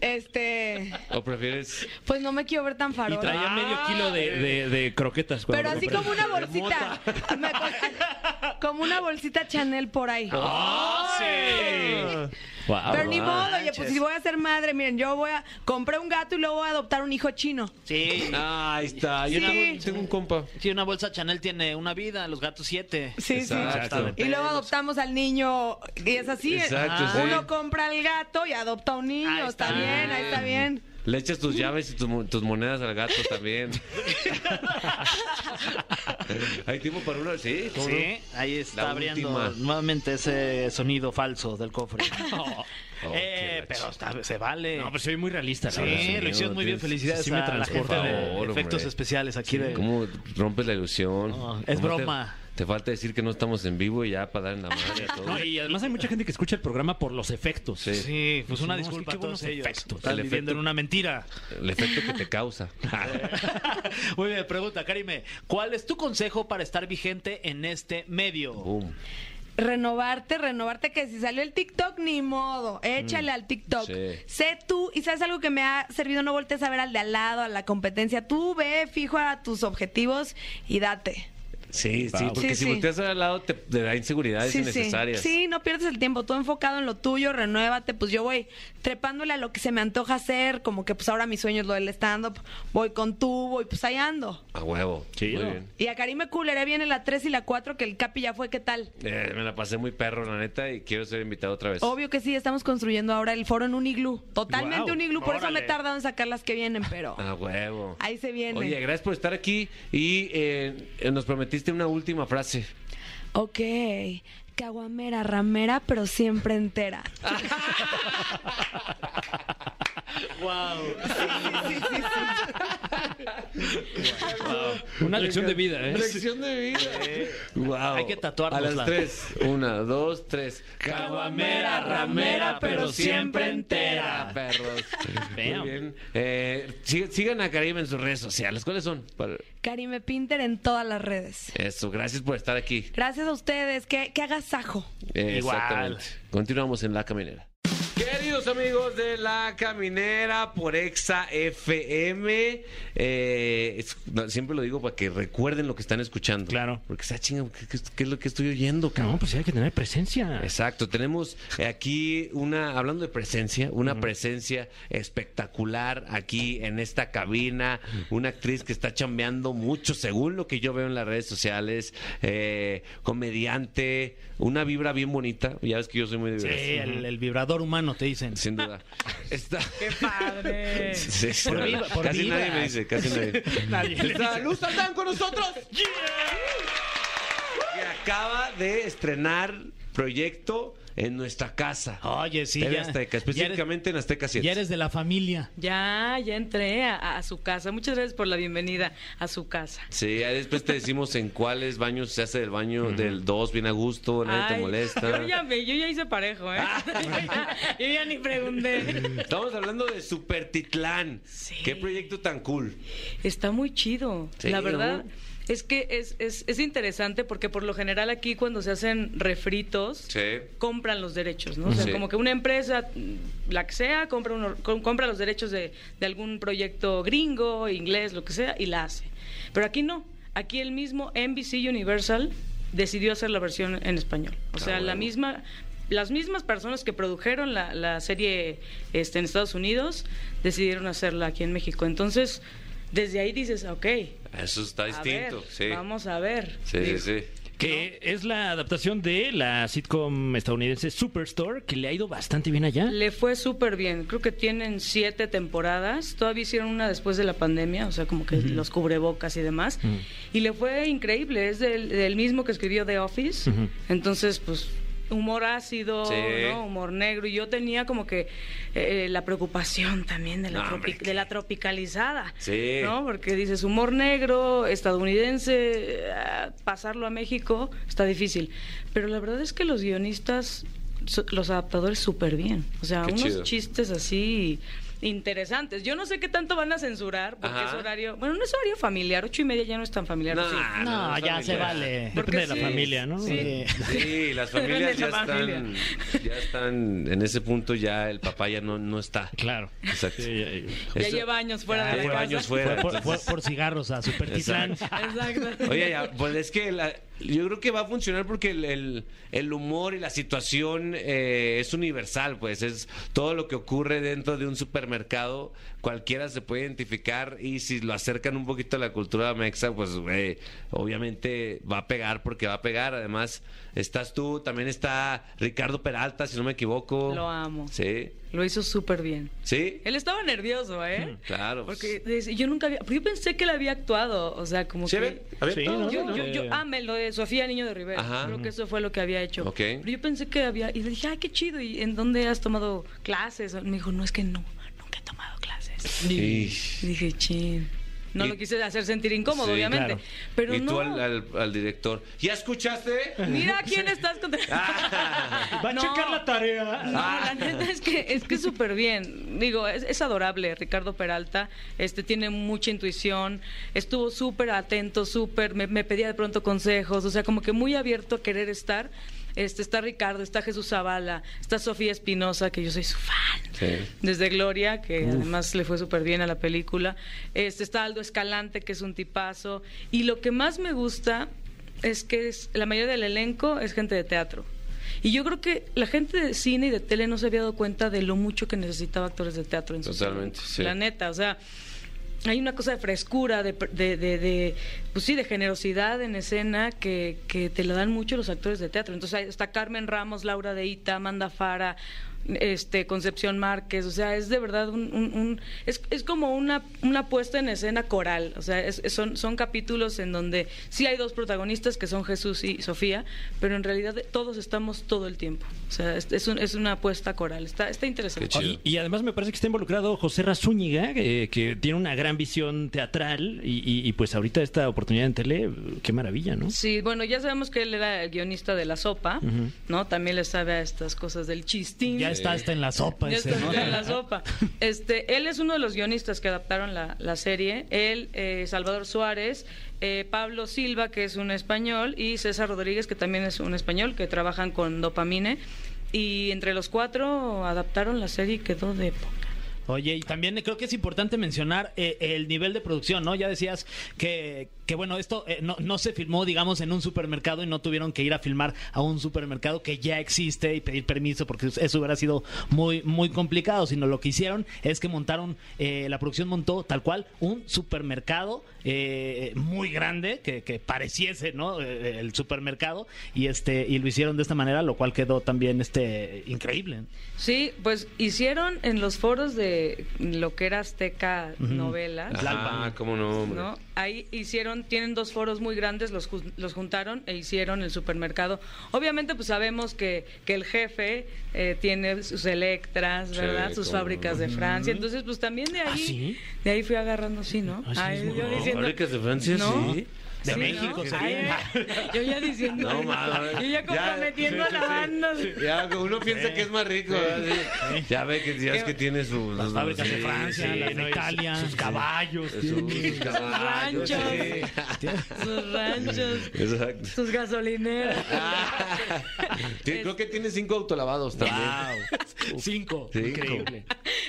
Speaker 5: Este,
Speaker 2: ¿O prefieres?
Speaker 5: pues no me quiero ver tan
Speaker 3: Y
Speaker 5: farol.
Speaker 3: traía medio kilo de, de- de croquetas. cuando
Speaker 5: Pero
Speaker 3: lo
Speaker 5: así
Speaker 3: compré.
Speaker 5: como una bolsita. *laughs* me co- como una bolsita Chanel por ahí.
Speaker 4: Ah,
Speaker 3: Guau.
Speaker 5: Pero ni
Speaker 2: no
Speaker 5: modo, oye, pues
Speaker 4: manches.
Speaker 5: si voy a ser madre, miren, yo voy a compré un gato y luego voy a adoptar un hijo chino.
Speaker 4: Sí.
Speaker 2: Ah, ahí está. Yo
Speaker 5: Sí.
Speaker 2: tengo, tengo un compa.
Speaker 4: Sí, una bolsa Chanel tiene una vida, los gatos siete.
Speaker 5: Sí, sí.
Speaker 2: Exacto.
Speaker 5: Y luego adoptamos al niño y es así.
Speaker 2: Exacto,
Speaker 5: Ah.
Speaker 2: sí.
Speaker 5: Uno compra al gato y adopta a un niño.
Speaker 4: Ahí
Speaker 5: está.
Speaker 4: está.
Speaker 5: bien, ahí está bien.
Speaker 2: Le echas tus llaves y tus, mo- tus monedas al gato también. Hay tiempo para uno, sí. ¿cómo
Speaker 4: Sí,
Speaker 2: no?
Speaker 4: ahí está
Speaker 2: La
Speaker 4: abriendo
Speaker 2: última.
Speaker 4: nuevamente ese sonido falso del cofre.
Speaker 2: *laughs* Oh,
Speaker 4: *laughs* Eh,
Speaker 2: qué
Speaker 4: pero
Speaker 2: gacho.
Speaker 4: está- se vale.
Speaker 3: No, pero soy muy realista. la
Speaker 4: Sí,
Speaker 3: verdad.
Speaker 4: lo hicieron muy bien.
Speaker 2: Dios.
Speaker 4: Felicidades
Speaker 3: Sí me
Speaker 4: a la
Speaker 3: transporta,
Speaker 4: gente de
Speaker 2: por favor,
Speaker 4: efectos
Speaker 2: hombre.
Speaker 4: especiales aquí de...
Speaker 2: ¿Cómo rompes la ilusión?
Speaker 4: No, es
Speaker 2: ¿Cómo te-
Speaker 4: broma.
Speaker 2: Te, falta decir que no estamos en vivo y ya para dar en la madre a todos.
Speaker 3: No, y además hay mucha gente que escucha el programa por los efectos.
Speaker 2: Sí.
Speaker 4: Sí, pues una
Speaker 3: No, es que
Speaker 4: disculpa
Speaker 3: qué
Speaker 4: a todos
Speaker 3: buenos
Speaker 4: ellos.
Speaker 3: efectos.
Speaker 4: Están
Speaker 2: El efecto-
Speaker 4: viviendo en una mentira. *laughs*
Speaker 2: El efecto que te causa.
Speaker 4: Muy bien, pregunta, Karime. ¿Cuál es tu consejo para estar vigente en este medio?
Speaker 2: Boom.
Speaker 5: Renovarte, renovarte, que si salió el TikTok, ni modo. Échale al TikTok.
Speaker 2: Mm. sí.
Speaker 5: Sé tú, y sabes algo que me ha servido, no voltees a ver al de al lado, a la competencia. Tú ve, fijo a tus objetivos y date.
Speaker 2: Sí, sí,
Speaker 3: Wow.
Speaker 2: porque
Speaker 5: Sí,
Speaker 2: si
Speaker 5: sí.
Speaker 2: volteas al lado te, te da inseguridades Ah, innecesarias.
Speaker 5: Sí, no pierdes el tiempo, tú enfocado en lo tuyo, renuévate, pues yo voy trepándole a lo que se me antoja hacer, como que pues ahora mi sueño es lo del stand-up, voy con tubo y pues ahí ando.
Speaker 2: A huevo.
Speaker 3: Chido.
Speaker 2: Muy bien.
Speaker 5: Y a Karime Culere viene la 3 y la 4, que el Capi ya fue, ¿qué tal?
Speaker 2: Eh, me la pasé muy perro, la neta, y quiero ser invitado otra vez.
Speaker 5: Obvio que sí, estamos construyendo ahora el foro en un iglú, totalmente
Speaker 3: Guau,
Speaker 5: un iglú, por eso me
Speaker 3: órale.
Speaker 5: he tardado en sacar las que vienen, pero
Speaker 3: *laughs*
Speaker 2: A huevo.
Speaker 5: ahí se viene.
Speaker 2: Oye, gracias por estar aquí y eh, eh, nos prometiste una última frase.
Speaker 5: Ok, caguamera, ramera, pero siempre entera.
Speaker 3: Una lección de vida, ¿eh?
Speaker 2: *laughs* Lección de vida. Wow.
Speaker 4: Hay que tatuárnosla.
Speaker 2: A las tres. Una, dos, tres.
Speaker 5: Caguamera, ramera, pero siempre entera.
Speaker 2: Perros.
Speaker 3: Damn.
Speaker 2: Muy bien. Eh, sí- sigan a Karim en sus redes sociales. ¿Cuáles son? Para-
Speaker 5: Karime Pinter en todas las redes.
Speaker 2: Eso, gracias por estar aquí.
Speaker 5: Gracias a ustedes, que, que hagas sajo.
Speaker 2: Eh,
Speaker 4: Igual.
Speaker 2: Exactamente. Continuamos en La Caminera. Queridos amigos de La Caminera por Exa FM, eh, es- no, siempre lo digo para que recuerden lo que están escuchando.
Speaker 3: Claro.
Speaker 2: Porque está chingado, ¿qué, qué- qué es lo que estoy oyendo, cabrón?
Speaker 3: No, pues sí hay que tener presencia.
Speaker 2: Exacto, tenemos aquí una, hablando de presencia, una presencia espectacular aquí en esta cabina, una actriz que está chambeando mucho, según lo que yo veo en las redes sociales, eh, comediante, una vibra bien bonita, ya ves que yo soy muy de
Speaker 4: Sí,
Speaker 2: vibras,
Speaker 4: el, el vibrador humano, te dicen.
Speaker 2: sin duda.
Speaker 6: *laughs*
Speaker 2: Está...
Speaker 4: padre!
Speaker 2: Sí, sí,
Speaker 4: Por
Speaker 2: la verdad.
Speaker 4: vibra- por
Speaker 2: casi nadie me
Speaker 4: vibras.
Speaker 2: dice, casi
Speaker 4: *laughs*
Speaker 2: nadie. Está Luz Aldán con nosotros. Que acaba de estrenar proyecto en nuestra casa.
Speaker 4: Oye, sí,
Speaker 2: TV
Speaker 4: ya-
Speaker 2: Azteca,
Speaker 4: ya eres-
Speaker 2: específicamente en Azteca 7.
Speaker 4: Ya eres de la familia.
Speaker 6: Ya, ya entré a, a su casa. Muchas gracias por la bienvenida a su casa.
Speaker 2: Sí, ya después te decimos en cuáles baños se hace el baño del 2 bien a gusto, nadie te
Speaker 6: Ay,
Speaker 2: molesta. Ah.
Speaker 6: Yo ya, me- yo ya hice parejo, ¿eh? yo, ya, *laughs* yo ya ni pregunté.
Speaker 2: Estamos hablando de Supertitlán.
Speaker 6: Sí.
Speaker 2: Qué proyecto tan cool.
Speaker 6: Está muy chido.
Speaker 2: Sí,
Speaker 6: la verdad
Speaker 2: ¿no?
Speaker 6: es que es, es, es interesante porque por lo general aquí cuando se hacen refritos,
Speaker 2: Sí.
Speaker 6: compran los derechos, ¿no? O sea,
Speaker 2: Sí.
Speaker 6: como que una empresa, mm, la que sea, compra, uno- com- compra los derechos de, de algún proyecto gringo, inglés, lo que sea, y la hace. Pero aquí no. Aquí el mismo NBC Universal decidió hacer la versión en español. O
Speaker 2: Ah,
Speaker 6: sea, la
Speaker 2: huevo.
Speaker 6: misma... Las mismas personas que produjeron la, la serie este, en Estados Unidos decidieron hacerla aquí en México. Entonces, desde ahí dices, ok,
Speaker 2: Eso está
Speaker 6: a
Speaker 2: distinto.
Speaker 6: ver,
Speaker 2: sí.
Speaker 6: vamos a ver.
Speaker 2: Sí, sí,
Speaker 6: Digo,
Speaker 2: sí.
Speaker 3: Que es la adaptación de la sitcom estadounidense Superstore, que le ha ido bastante bien allá.
Speaker 6: Le fue súper bien. Creo que tienen siete temporadas. Todavía hicieron una después de la pandemia, o sea, como que los cubrebocas y demás.
Speaker 3: Ujú.
Speaker 6: Y le fue increíble. Es del, del mismo que escribió The Office.
Speaker 3: Ujú.
Speaker 6: Entonces, pues, humor ácido,
Speaker 2: Sí.
Speaker 6: ¿no? humor negro. Y yo tenía como que eh, la preocupación también de la,
Speaker 2: No, hombre,
Speaker 6: tropi-
Speaker 2: ¿qué?
Speaker 6: de la tropicalizada.
Speaker 2: Sí.
Speaker 6: ¿No? Porque dices humor negro, estadounidense, eh, pasarlo a México está difícil. Pero la verdad es que los guionistas, so- los adaptadores súper bien. O sea,
Speaker 2: Qué
Speaker 6: unos
Speaker 2: chido.
Speaker 6: chistes así interesantes. Yo no sé qué tanto van a censurar, porque
Speaker 2: Ajá.
Speaker 6: es horario, bueno, no es horario familiar, ocho y media ya no es tan familiar. sí.
Speaker 2: Nah,
Speaker 4: No,
Speaker 2: no,
Speaker 4: ya se
Speaker 2: familiar.
Speaker 4: vale.
Speaker 6: Porque
Speaker 3: Depende de la
Speaker 6: sí,
Speaker 3: familia, ¿no?
Speaker 6: sí.
Speaker 2: Sí, las familias ya
Speaker 6: Depende de la
Speaker 2: están, ya están en ese punto ya el papá ya no, no está.
Speaker 3: Claro.
Speaker 2: Exacto. Este,
Speaker 3: Sí, ya- ya-
Speaker 6: Ya
Speaker 2: Eso-
Speaker 6: lleva años fuera
Speaker 2: Ya
Speaker 6: de la
Speaker 2: lleva
Speaker 6: casa.
Speaker 2: años
Speaker 4: Fue
Speaker 2: fuera.
Speaker 4: por, fue
Speaker 2: entonces-
Speaker 4: por cigarros a Supertitlán.
Speaker 6: Exacto.
Speaker 2: *laughs* Oye, ya, pues es que la- yo creo que va a funcionar porque el, el- el humor y la situación eh, es universal, pues es todo lo que ocurre dentro de un supermercado, cualquiera se puede identificar y si lo acercan un poquito a la cultura mexa, pues güey, obviamente va a pegar porque va a pegar. Además, estás tú, también está Ricardo Peralta, si no me equivoco.
Speaker 6: Lo amo.
Speaker 2: Sí,
Speaker 6: Lo hizo súper bien.
Speaker 2: sí,
Speaker 6: Él estaba nervioso, ¿eh?
Speaker 2: claro. pues.
Speaker 6: Porque dice, yo nunca había, yo pensé que él había actuado, o sea, como
Speaker 2: ¿Sí,
Speaker 6: que...
Speaker 2: Abel? ¿Abel?
Speaker 3: Sí,
Speaker 6: Yo,
Speaker 3: ¿no?
Speaker 6: yo,
Speaker 3: Sí.
Speaker 6: yo amé lo de Sofía Niño de Rivera.
Speaker 2: Ajá.
Speaker 6: Creo que eso fue lo que había hecho.
Speaker 2: Ok.
Speaker 6: Pero yo pensé que había. Y le dije, ay, qué chido. ¿Y en dónde has tomado clases? Me dijo, no, es que no, nunca he tomado clases.
Speaker 2: Sí.
Speaker 6: Y dije, chin. No
Speaker 2: Y-
Speaker 6: lo quise hacer sentir incómodo,
Speaker 2: Sí,
Speaker 6: obviamente.
Speaker 3: claro.
Speaker 6: Pero
Speaker 2: y
Speaker 6: no.
Speaker 2: tú al, al- al director, ¿ya escuchaste? *laughs*
Speaker 6: Mira quién estás contratando.
Speaker 2: Ah.
Speaker 6: *laughs*
Speaker 3: Va a
Speaker 6: No.
Speaker 3: checar la tarea.
Speaker 6: No, la neta es que es que es súper bien. Digo, es, es adorable Ricardo Peralta. Este tiene mucha intuición. Estuvo súper atento, súper. Me, me pedía de pronto consejos. O sea, como que muy abierto a querer estar. Este está Ricardo, está Jesús Zavala, está Sofía Espinosa, que yo soy su fan.
Speaker 2: Sí.
Speaker 6: Desde Gloria, que además le fue súper bien a la película. Este está Aldo Escalante, que es un tipazo. Y lo que más me gusta es que es- la mayoría del elenco es gente de teatro. Y yo creo que la gente de cine y de tele no se había dado cuenta de lo mucho que necesitaba actores de teatro en su
Speaker 2: Totalmente, sí.
Speaker 6: La neta, o sea, hay una cosa de frescura, de, de, de- de, pues sí, de generosidad en escena que, que te la dan mucho los actores de teatro. Entonces ahí está Carmen Ramos, Laura de Ita, Amanda Fara, este, Concepción Márquez, o sea, es de verdad un... un- un- es, es como una, una puesta en escena coral, o sea, es- es- son, son capítulos en donde sí hay dos protagonistas que son Jesús y Sofía, pero en realidad todos estamos todo el tiempo, o sea, es, es un- es una apuesta coral, está, está interesante.
Speaker 2: Qué chido.
Speaker 3: Y, y además me parece que está involucrado José Razúñiga, eh, que tiene una gran visión teatral y, y- y pues ahorita esta oportunidad en tele, qué maravilla, ¿no?
Speaker 6: Sí, bueno, ya sabemos que él era el guionista de La Sopa,
Speaker 3: Ujú.
Speaker 6: ¿no? También le sabe a estas cosas del chistín.
Speaker 4: Ya está hasta en la sopa
Speaker 6: Ya
Speaker 4: ese,
Speaker 6: está
Speaker 4: ¿no?
Speaker 6: en La Sopa. Este, él es uno de los guionistas que adaptaron la, la serie. Él, eh, Salvador Suárez, eh, Pablo Silva, que es un español, y César Rodríguez, que también es un español, que trabajan con Dopamine. Y entre los cuatro adaptaron la serie y quedó de poca.
Speaker 4: Oye, y también creo que es importante mencionar eh, el nivel de producción, ¿no? Ya decías que, que bueno, esto eh, no, no se filmó, digamos, en un supermercado y no tuvieron que ir a filmar a un supermercado que ya existe y pedir permiso porque eso hubiera sido muy, muy complicado, sino lo que hicieron es que montaron, eh, la producción montó tal cual un supermercado eh, muy grande que, que pareciese, ¿no? Eh, el supermercado y este y lo hicieron de esta manera, lo cual quedó también este increíble.
Speaker 6: Sí, pues hicieron en los foros de lo que era Azteca Novelas.
Speaker 2: Ah, cómo no, hombre.
Speaker 6: ¿no? Ahí hicieron, tienen dos foros muy grandes, los, jun- los juntaron e hicieron el supermercado. Obviamente, pues sabemos que, que el jefe eh, tiene sus electras,
Speaker 2: Sí,
Speaker 6: ¿verdad? Sus
Speaker 2: cómo
Speaker 6: fábricas
Speaker 2: no.
Speaker 6: de Francia. Entonces, pues también de ahí,
Speaker 3: ¿Ah, sí?
Speaker 6: de ahí fui agarrando, sí, ¿no?
Speaker 3: Ah, sí,
Speaker 6: Ay,
Speaker 3: mismo.
Speaker 6: yo
Speaker 3: No,
Speaker 6: diciendo,
Speaker 2: fábricas de Francia,
Speaker 6: ¿no?
Speaker 2: sí.
Speaker 4: De
Speaker 6: Sí,
Speaker 4: México
Speaker 6: ¿no?
Speaker 4: sería.
Speaker 6: Ay, *laughs* yo ya diciendo.
Speaker 2: No,
Speaker 6: *laughs*
Speaker 2: mames.
Speaker 6: Yo ya comprometiendo a la banda.
Speaker 2: Ya, uno piensa que es más rico. ¿verdad? Sí. Ya ve que, ya es
Speaker 6: Eh,
Speaker 2: que tiene sus...
Speaker 3: Las fábricas de
Speaker 2: sí,
Speaker 3: Francia,
Speaker 2: sí,
Speaker 3: las de
Speaker 2: ¿no? Y
Speaker 3: Italia, sus caballos.
Speaker 2: sus-
Speaker 6: *laughs*
Speaker 2: Sus caballos, sí.
Speaker 6: Sus ranchos. *laughs*
Speaker 2: Exacto.
Speaker 6: Sus gasolineras. *laughs*
Speaker 2: Tien- Ah. Creo que tiene cinco autolavados también.
Speaker 3: Cinco.
Speaker 2: Cinco.
Speaker 3: Increíble.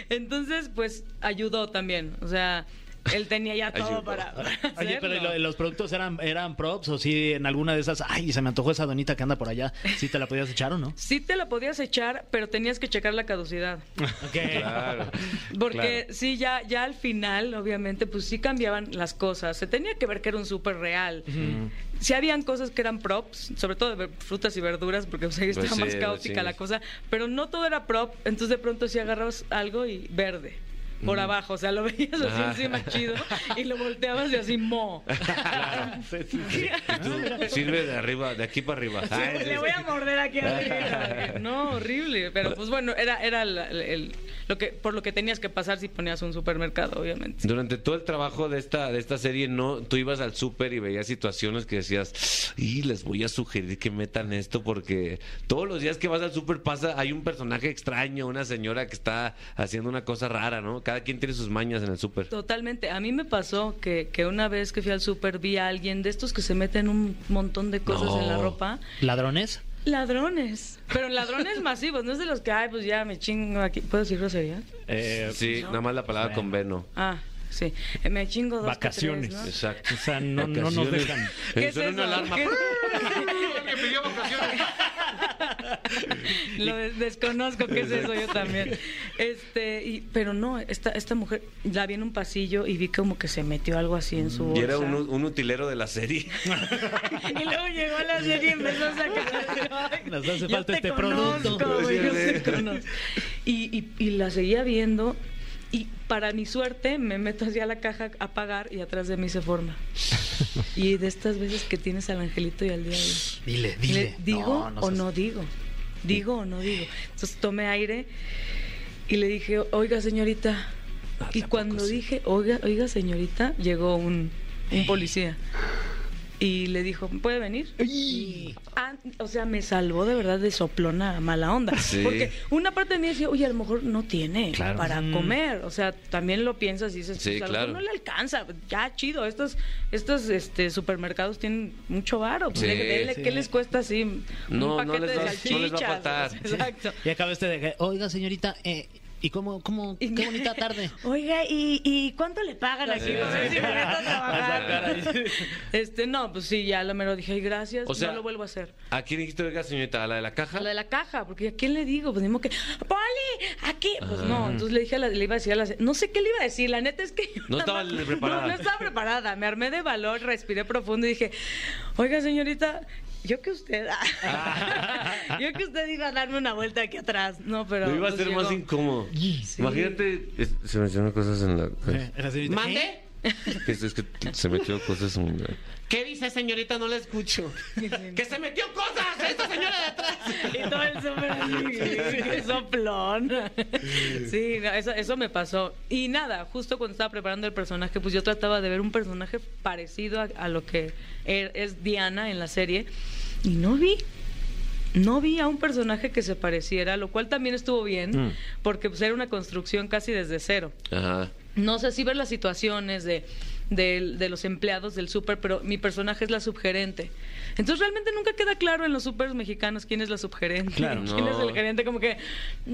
Speaker 6: Entonces, pues ayudó también. O sea, él
Speaker 2: *laughs*
Speaker 6: tenía ya
Speaker 2: Ayudó.
Speaker 6: todo para. para
Speaker 4: Oye, pero ¿y
Speaker 6: hacerlo.
Speaker 4: lo- los productos eran eran props o si en alguna de esas, ay, se me antojó esa donita que anda por allá, si te la podías echar o no?
Speaker 6: Sí te la podías echar, pero tenías que checar
Speaker 2: *laughs*
Speaker 6: la caducidad.
Speaker 2: Claro.
Speaker 6: Porque
Speaker 2: Claro.
Speaker 6: sí, ya, ya al final, obviamente, pues sí cambiaban las cosas. Se tenía que ver que era un súper real. Sí habían cosas que eran props, sobre todo de ver- frutas y verduras, porque o sea, ahí
Speaker 2: Pues
Speaker 6: estaba
Speaker 2: sí,
Speaker 6: más
Speaker 2: pues
Speaker 6: caótica
Speaker 2: sí.
Speaker 6: la cosa. Pero no todo era prop, entonces de pronto sí agarrabas algo y verde. Por abajo, o sea, lo veías así
Speaker 2: Ah.
Speaker 6: encima
Speaker 2: *laughs*
Speaker 6: chido y lo volteabas y así mo.
Speaker 2: Y tú sirve de arriba, de aquí para arriba.
Speaker 6: Sí, pues,
Speaker 2: Ay, sí,
Speaker 6: *laughs* le voy a morder aquí arriba. *laughs* No, horrible. Pero pues bueno, era, era el- el- lo que, por lo que tenías que pasar si ponías un supermercado, obviamente.
Speaker 2: Durante todo el trabajo de esta, de esta serie, no, tú ibas al súper y veías situaciones que decías, y les voy a sugerir que metan esto, porque todos los días que vas al súper pasa, hay un personaje extraño, una señora que está haciendo una cosa rara, ¿no? Cada quien tiene sus mañas en el súper.
Speaker 6: Totalmente. A mí me pasó que, que una vez que fui al súper vi a alguien de estos que se meten un montón de cosas en la
Speaker 2: No.
Speaker 6: ropa.
Speaker 4: ¿Ladrones?
Speaker 6: Ladrones. Pero ladrones *laughs* masivos, no es de los que, ay, pues ya me chingo aquí. ¿Puedo decir grosería?
Speaker 2: sí, nada más la palabra con Veno.
Speaker 6: Ah, sí. Eh, Me chingo dos. que
Speaker 3: Vacaciones.
Speaker 6: tres, ¿no?
Speaker 2: Exacto.
Speaker 3: O sea, no, no nos
Speaker 2: Vacaciones. *laughs*
Speaker 3: dejan.
Speaker 6: ¿Qué es
Speaker 2: Suena una
Speaker 6: eso?
Speaker 2: alarma.
Speaker 6: ¿Qué
Speaker 2: *laughs*
Speaker 6: *laughs* Lo des- desconozco que es eso yo también. Este, y- pero no, esta, esta mujer la vi en un pasillo y vi como que se metió algo así en
Speaker 4: Mm.
Speaker 6: su
Speaker 2: Y
Speaker 6: bolsa.
Speaker 2: era un, un utilero de la serie.
Speaker 6: *laughs* Y luego llegó a la serie y empezó a sacar. Ay,
Speaker 4: *laughs* Nos hace
Speaker 6: yo
Speaker 4: falta
Speaker 6: te
Speaker 4: este
Speaker 6: conozco,
Speaker 4: producto.
Speaker 6: güey, yo
Speaker 2: Sí,
Speaker 6: te
Speaker 2: sí.
Speaker 6: conozco. Y, y- y la seguía viendo. Y para mi suerte, me meto hacia la caja a pagar y atrás de mí se forma. Y de estas veces que tienes al angelito y al diablo.
Speaker 4: Dile,
Speaker 6: Le- ¿Digo o no digo? ¿Digo o no digo? Entonces tomé aire y le dije, oiga señorita. y cuando dije, oiga, oiga señorita, llegó un, un policía. Y le dijo, ¿puede venir? Ah, o sea, me salvó de verdad de soplona mala onda.
Speaker 2: Sí.
Speaker 6: Porque una parte de mí decía, oye, a lo mejor no tiene para comer. O sea, también lo piensas y dices,
Speaker 2: Sí,
Speaker 6: pues, a lo
Speaker 2: claro.
Speaker 6: mejor no le alcanza. Ya, chido, estos, estos este, supermercados tienen mucho varo. Pues,
Speaker 2: Sí,
Speaker 6: de- dele,
Speaker 2: sí.
Speaker 6: ¿Qué les cuesta así
Speaker 2: No, no
Speaker 6: un paquete
Speaker 2: les va-
Speaker 6: de
Speaker 2: no les va a
Speaker 6: salchichas?
Speaker 2: faltar.
Speaker 6: *laughs* Exacto.
Speaker 4: Y acaba este de que, oiga, señorita, eh, ¿y cómo,
Speaker 6: *laughs*
Speaker 4: cómo, qué bonita tarde?
Speaker 6: Oiga, ¿y, y cuánto le pagan aquí? No sé si me
Speaker 2: *laughs*
Speaker 6: meto a trabajar. *laughs* Este, no, pues sí, ya lo mero dije, ay, gracias,
Speaker 2: O sea,
Speaker 6: no lo vuelvo a hacer.
Speaker 2: ¿A quién dijiste, oiga, señorita? ¿A la de la caja?
Speaker 6: A lo de la caja, porque ¿a quién le digo? Pues digo que, ¡Poli! Aquí. Pues
Speaker 2: Ah.
Speaker 6: no, entonces le dije a la, le iba a decir a la. No sé qué le iba a decir, la neta es que. yo
Speaker 2: No
Speaker 6: nada
Speaker 2: estaba
Speaker 6: más-
Speaker 2: ni preparada.
Speaker 6: *laughs* No, no estaba preparada. Me armé de valor, respiré profundo y dije, oiga, señorita. Yo que usted, *laughs* yo que usted iba a darme una vuelta aquí atrás, no, pero
Speaker 2: Ah. Lo iba a
Speaker 6: pues,
Speaker 2: hacer más
Speaker 6: llegó.
Speaker 2: incómodo.
Speaker 6: Sí.
Speaker 2: Imagínate, es- se mencionan cosas en la.
Speaker 4: La señorita, ¿eh?
Speaker 2: Que *laughs* es- es que se metió cosas en la.
Speaker 7: ¿Qué dice, señorita? No la escucho. ¡Que se metió cosas! ¡Esta señora de atrás!
Speaker 6: *laughs* Y todo el súper así, ¡qué soplón. Sí, no, eso, eso me pasó. Y nada, justo cuando estaba preparando el personaje, pues yo trataba de ver un personaje parecido a, a lo que er- es Diana en la serie. Y no vi. No vi a un personaje que se pareciera, lo cual también estuvo bien, porque pues, era una construcción casi desde cero
Speaker 2: Ajá.
Speaker 6: no sé si ver las situaciones de del- de los empleados del súper, pero mi personaje es la subgerente. Entonces realmente nunca queda claro en los súper mexicanos quién es la subgerente,
Speaker 2: Claro.
Speaker 6: quién es el
Speaker 2: No.
Speaker 6: gerente, como que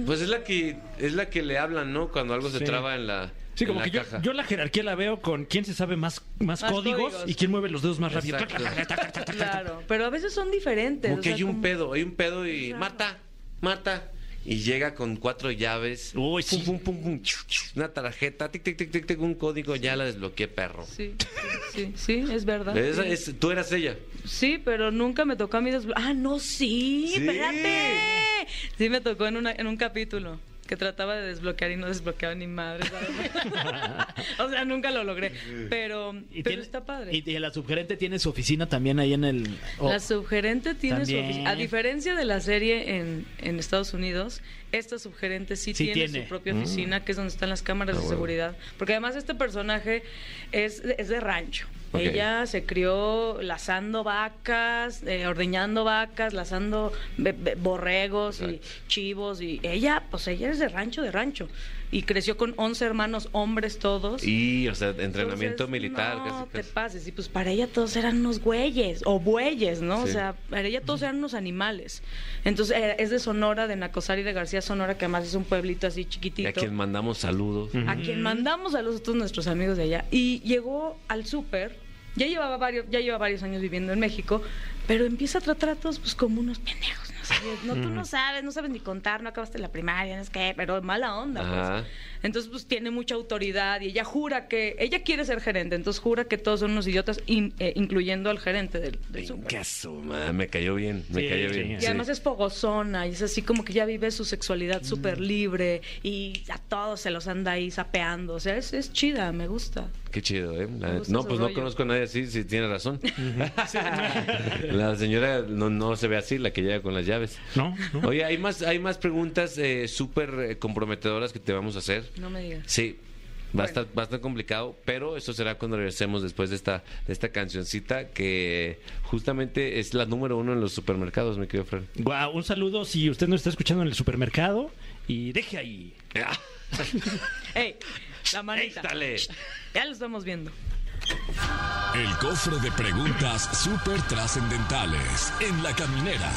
Speaker 2: Pues es la que es la que le hablan, ¿no? Cuando algo se
Speaker 3: Sí.
Speaker 2: traba en la
Speaker 3: Sí,
Speaker 2: en
Speaker 3: como
Speaker 2: la
Speaker 3: que yo,
Speaker 2: caja.
Speaker 3: yo la jerarquía la veo con quién se sabe más, más,
Speaker 6: Más
Speaker 3: códigos,
Speaker 6: códigos.
Speaker 3: y quién mueve los dedos más rápido.
Speaker 2: Exacto.
Speaker 6: Claro, pero a veces son diferentes.
Speaker 2: Como
Speaker 6: o
Speaker 2: que
Speaker 6: sea,
Speaker 2: hay un
Speaker 6: como-
Speaker 2: pedo, hay un pedo y Marta, Marta y llega con cuatro llaves.
Speaker 3: Uy, sí.
Speaker 2: Pum, pum, pum, pum, chu, chu, una tarjeta, tic tic tic tic tic, un código, ya la desbloqueé, perro.
Speaker 6: Sí, sí, sí, sí, es verdad.
Speaker 2: Esa
Speaker 6: Sí.
Speaker 2: es- tú eras ella.
Speaker 6: Sí, pero nunca me tocó a mí desblo- Ah, no, sí,
Speaker 2: Sí.
Speaker 6: espérate. Sí, me tocó en, una- en un capítulo que trataba de desbloquear y no desbloqueaba ni madre. ¿sabes? *laughs* o sea, nunca lo logré. Pero,
Speaker 4: Y
Speaker 6: pero
Speaker 4: tiene-
Speaker 6: está padre.
Speaker 4: Y, y la subgerente tiene su oficina también ahí en el. o-
Speaker 6: La subgerente tiene
Speaker 4: Oh. También.
Speaker 6: su oficina. A diferencia de la serie en, en Estados Unidos, esta subgerente sí,
Speaker 4: Sí
Speaker 6: tiene,
Speaker 4: tiene.
Speaker 6: su propia oficina, que es donde están las cámaras de seguridad. Porque además este personaje es, de- es de rancho.
Speaker 2: Ok.
Speaker 6: Ella se crió lazando vacas, eh, ordeñando vacas, lazando be- be- borregos y
Speaker 2: Exacto.
Speaker 6: chivos. Y ella, pues ella es de rancho, de rancho. Y creció con 11 hermanos, hombres todos.
Speaker 2: Y, o sea, entrenamiento
Speaker 6: Entonces,
Speaker 2: militar,
Speaker 6: no
Speaker 2: casi,
Speaker 6: te
Speaker 2: casi.
Speaker 6: pases. Y pues para ella todos eran unos güeyes o bueyes, ¿no? O
Speaker 2: Sí.
Speaker 6: sea, para ella todos eran unos animales. Entonces era- es de Sonora, de Nacosari, de García Sonora, que además es un pueblito así
Speaker 2: Y
Speaker 6: chiquitito.
Speaker 2: a quien mandamos saludos.
Speaker 6: A quien mandamos a los otros nuestros amigos de allá. Y llegó al súper. Ya llevaba varios, ya lleva varios años viviendo en México, pero empieza a tratar a todos pues como unos pendejos, no sabes, no, tú no sabes, no sabes ni contar, no acabaste la primaria, no es que, pero mala onda,
Speaker 2: Ajá.
Speaker 6: pues. Entonces, pues tiene mucha autoridad y ella jura que. Ella quiere ser gerente, entonces jura que todos son unos idiotas, in- eh, incluyendo al gerente del, del súper.
Speaker 2: Venga, su madre, me cayó bien, me
Speaker 3: Sí,
Speaker 2: cayó
Speaker 3: sí. Mm.
Speaker 2: bien.
Speaker 6: Y
Speaker 2: sí.
Speaker 6: además es fogozona y es así como que ya vive su sexualidad súper libre y a todos se los anda ahí sapeando. O sea, es, es chida, me gusta.
Speaker 2: Qué chido, ¿eh? La-
Speaker 6: Me gusta
Speaker 2: no,
Speaker 6: su
Speaker 2: pues no
Speaker 6: rollo.
Speaker 2: conozco a nadie así, si tiene razón. *laughs* la señora no, no se ve así, la que llega con las llaves.
Speaker 3: No, no.
Speaker 2: Oye, hay más, hay más preguntas eh, súper eh, comprometedoras que te vamos a hacer.
Speaker 6: No me digas.
Speaker 2: Sí. Va a, estar, va a estar complicado, pero eso será cuando regresemos después de esta, de esta cancioncita que justamente es la número uno en los supermercados, mi querido
Speaker 6: *laughs*
Speaker 2: Fran.
Speaker 3: Guau, un saludo si usted nos está escuchando en el supermercado y deje ahí.
Speaker 6: ¡Ey! La manita.
Speaker 2: ¡Éxtale!
Speaker 6: Ya lo estamos viendo.
Speaker 1: El cofre de preguntas súper trascendentales en la caminera.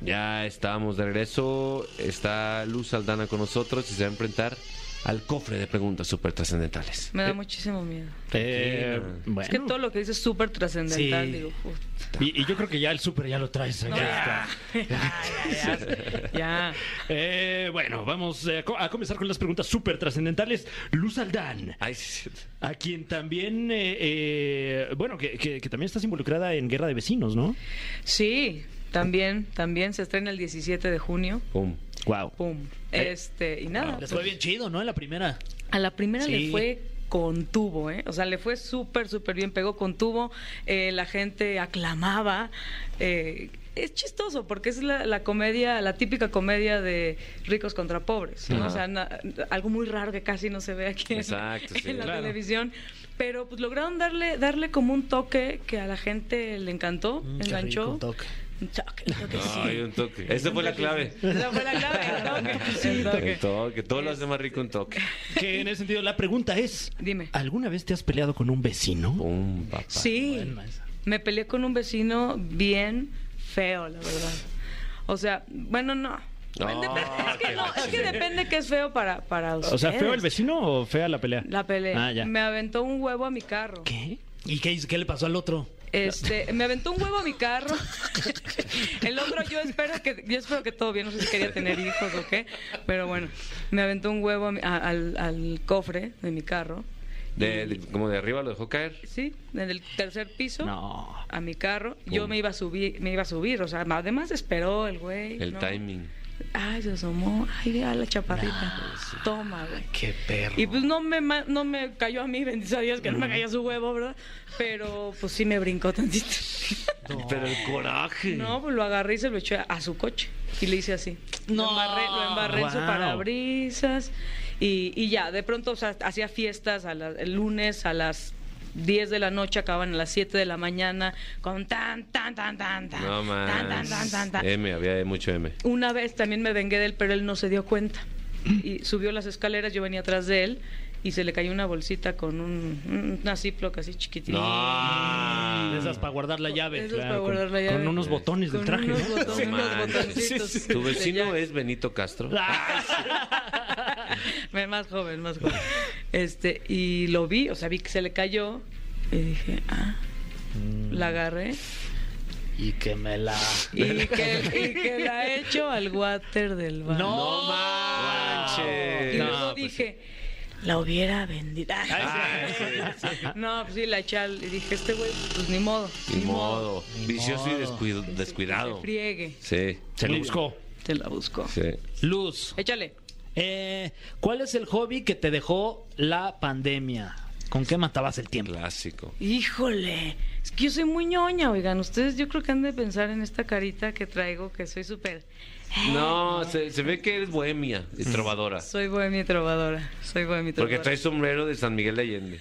Speaker 2: Ya estamos de regreso. Está Luz Aldana con nosotros y se va a enfrentar al cofre de preguntas súper trascendentales.
Speaker 6: Me da muchísimo miedo.
Speaker 3: Eh, bueno.
Speaker 6: Es que todo lo que dices es súper trascendental.
Speaker 3: Sí.
Speaker 6: Digo, "Uf,
Speaker 3: y, y yo creo que ya el súper ya lo traes.
Speaker 6: no,
Speaker 3: acá.
Speaker 6: ya. ya, ya, ya.
Speaker 3: Eh, bueno, vamos eh, co- a comenzar con las preguntas súper trascendentales. Luz Aldán,
Speaker 2: Ay, sí, sí.
Speaker 3: a quien también, eh, eh, bueno, que, que- que también estás involucrada en Guerra de Vecinos, ¿no?
Speaker 6: Sí, también, también se estrena el 17 de junio.
Speaker 2: Pum.
Speaker 3: Wow.
Speaker 6: Pum.
Speaker 2: Eh,
Speaker 6: Este, y
Speaker 3: Ah,
Speaker 6: nada.
Speaker 4: Les fue bien chido, ¿no? En la primera.
Speaker 6: A la primera
Speaker 4: Sí.
Speaker 6: le fue con tubo, ¿eh? O sea, le fue súper, súper bien, pegó con tubo, eh, la gente aclamaba. eh, es chistoso porque es la, la comedia, la típica comedia de ricos contra pobres, ¿no?
Speaker 2: Ajá.
Speaker 6: O sea, na- algo muy raro que casi no se ve aquí en-
Speaker 2: Exacto,
Speaker 6: *laughs* en,
Speaker 2: sí.
Speaker 6: la
Speaker 2: Claro.
Speaker 6: televisión. Pero pues lograron darle, darle como un toque que a la gente le encantó,
Speaker 4: Mm, qué
Speaker 6: enganchó.
Speaker 4: rico, un toque.
Speaker 6: Un toque, un toque, sí.
Speaker 2: Ay, un toque. Esa fue la clave.
Speaker 6: Esa fue la clave,
Speaker 2: *laughs*
Speaker 6: el toque, sí, el toque.
Speaker 2: Un toque. Todo lo hace más rico un toque.
Speaker 3: Que en ese sentido, la pregunta es:
Speaker 6: Dime.
Speaker 3: ¿alguna vez te has peleado con un vecino?
Speaker 2: Pum, papá.
Speaker 6: Sí.
Speaker 3: eh.
Speaker 6: Me peleé con un vecino bien feo, la verdad. O sea, bueno, no.
Speaker 2: No,
Speaker 6: Depende- es,
Speaker 2: qué
Speaker 6: que no, es que
Speaker 2: lástima.
Speaker 6: depende que es feo para, para ustedes.
Speaker 3: O sea, ¿feo el vecino o fea la pelea?
Speaker 6: La pelea.
Speaker 3: Ah, ya.
Speaker 6: Me aventó un huevo a mi carro.
Speaker 3: ¿Qué?
Speaker 4: ¿Y qué, hizo- qué le pasó al otro?
Speaker 6: Este, me aventó un huevo a
Speaker 3: *laughs*
Speaker 6: mi carro. El otro, yo espero que, yo espero que todo bien, no sé si quería tener hijos o qué, pero bueno, me aventó un huevo a mi- a- al, al cofre de mi carro.
Speaker 2: De- de- como de arriba lo dejó caer.
Speaker 6: Sí, en el tercer piso.
Speaker 3: No.
Speaker 6: a mi carro, yo
Speaker 2: Pum.
Speaker 6: me iba a subir, me iba a subir, o sea, además esperó el güey.
Speaker 2: El
Speaker 6: ¿no?
Speaker 2: timing.
Speaker 6: Ay, se asomó, ay, vea la chaparrita. Toma, güey.
Speaker 4: Qué perro.
Speaker 6: Y pues no me, ma- no me cayó a mí, bendito Dios, que no me cayó su huevo, ¿verdad? Pero pues sí me brincó tantito.
Speaker 2: Pero el coraje.
Speaker 6: No, pues lo agarré y se lo eché a su coche. Y le hice así.
Speaker 4: No.
Speaker 6: Lo embarré, lo embarré en su
Speaker 3: Wow.
Speaker 6: parabrisas. Y, y ya, de pronto o sea, hacía fiestas a la- el lunes a las 10 de la noche, acaban a las 7 de la mañana, con tan, tan, tan, tan, tan.
Speaker 2: No Em.
Speaker 6: tan, tan, tan,
Speaker 2: más.
Speaker 6: tan, tan.
Speaker 2: M, había mucho M.
Speaker 6: Una vez también me vengué de él, pero él no se dio cuenta. Y subió las escaleras, yo venía atrás de él. y se le cayó una bolsita con un, una Ziploc así chiquitita.
Speaker 2: Ah.
Speaker 3: De Esas para guardar la llave.
Speaker 6: Eso es para
Speaker 3: claro, con-
Speaker 6: guardar la llave.
Speaker 3: Con unos botones del
Speaker 6: Con
Speaker 3: traje.
Speaker 6: unos
Speaker 4: *laughs*
Speaker 3: ¿no?
Speaker 6: botones,
Speaker 2: No
Speaker 6: unos
Speaker 2: manches.
Speaker 6: botoncitos.
Speaker 2: ¿Tu
Speaker 6: Ya.
Speaker 2: vecino es Benito Castro?
Speaker 4: Ah.
Speaker 6: *laughs* Me- más joven, más joven. Este, y lo vi, o sea, vi que se le cayó y dije, ah,
Speaker 2: Mm.
Speaker 6: la agarré
Speaker 4: Y que me la.
Speaker 6: y
Speaker 2: *laughs*
Speaker 6: que, y que la echo al water del bar.
Speaker 4: No,
Speaker 6: y
Speaker 2: manches.
Speaker 6: luego
Speaker 4: No, pues ah,
Speaker 6: dije, la hubiera vendido.
Speaker 2: Ay, Ah, sí.
Speaker 6: *laughs* No, pues sí, la eché al- y dije, este güey, pues ni modo.
Speaker 2: Ni modo. Vicioso y descuido-
Speaker 6: Se
Speaker 2: descuidado.
Speaker 6: friegue,
Speaker 2: Sí,
Speaker 3: Se lo buscó.
Speaker 6: te la busco.
Speaker 2: sí.
Speaker 4: Luz.
Speaker 6: Échale.
Speaker 4: Eh, ¿Cuál es el hobby que te dejó la pandemia? ¿Con qué matabas el tiempo?
Speaker 2: Clásico.
Speaker 6: Híjole, es que yo soy muy ñoña, oigan, ustedes yo creo que han de pensar en esta carita que traigo, que soy súper...
Speaker 2: No, se, se ve que eres bohemia y trovadora.
Speaker 6: Soy bohemia y trovadora, soy bohemia y
Speaker 2: Porque
Speaker 6: trovadora.
Speaker 2: traes sombrero de San Miguel de Allende.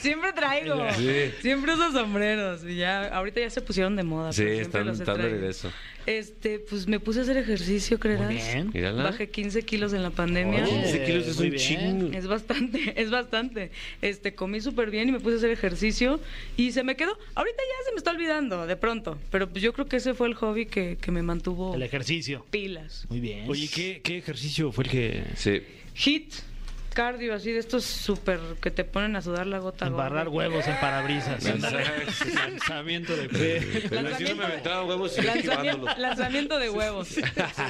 Speaker 6: Siempre traigo,
Speaker 2: Sí.
Speaker 6: siempre uso sombreros y ya, ahorita ya se pusieron de moda.
Speaker 2: Sí,
Speaker 6: pero siempre
Speaker 2: están-
Speaker 6: los he
Speaker 2: están de
Speaker 6: traído.
Speaker 2: regreso.
Speaker 6: Este, pues me puse a hacer ejercicio, ¿creerás?
Speaker 4: Muy bien.
Speaker 2: Mírala. Oh.
Speaker 6: Bajé 15 kilos en la pandemia.
Speaker 4: Oye.
Speaker 2: 15 kilos es
Speaker 4: muy
Speaker 2: un
Speaker 4: bien.
Speaker 2: chingo.
Speaker 6: Es bastante, *laughs* es bastante. Este, comí súper bien y me puse a hacer ejercicio y se me quedó. Ahorita ya se me está olvidando, de pronto. Pero pues yo creo que ese fue el hobby que, que me mantuvo
Speaker 4: El ejercicio.
Speaker 6: pilas.
Speaker 4: Muy bien.
Speaker 3: Oye, ¿qué, qué ejercicio fue el que.?
Speaker 2: Sí.
Speaker 6: Hit, cardio, así de estos súper que te ponen a sudar la gota. gorda.
Speaker 4: Embarrar huevos en parabrisas.
Speaker 2: Ándale.
Speaker 3: Lanzamiento de fe.
Speaker 2: Pero si no me aventaba huevos y
Speaker 6: Lanzamiento,
Speaker 2: esquivándolos.
Speaker 6: lanzamiento de huevos.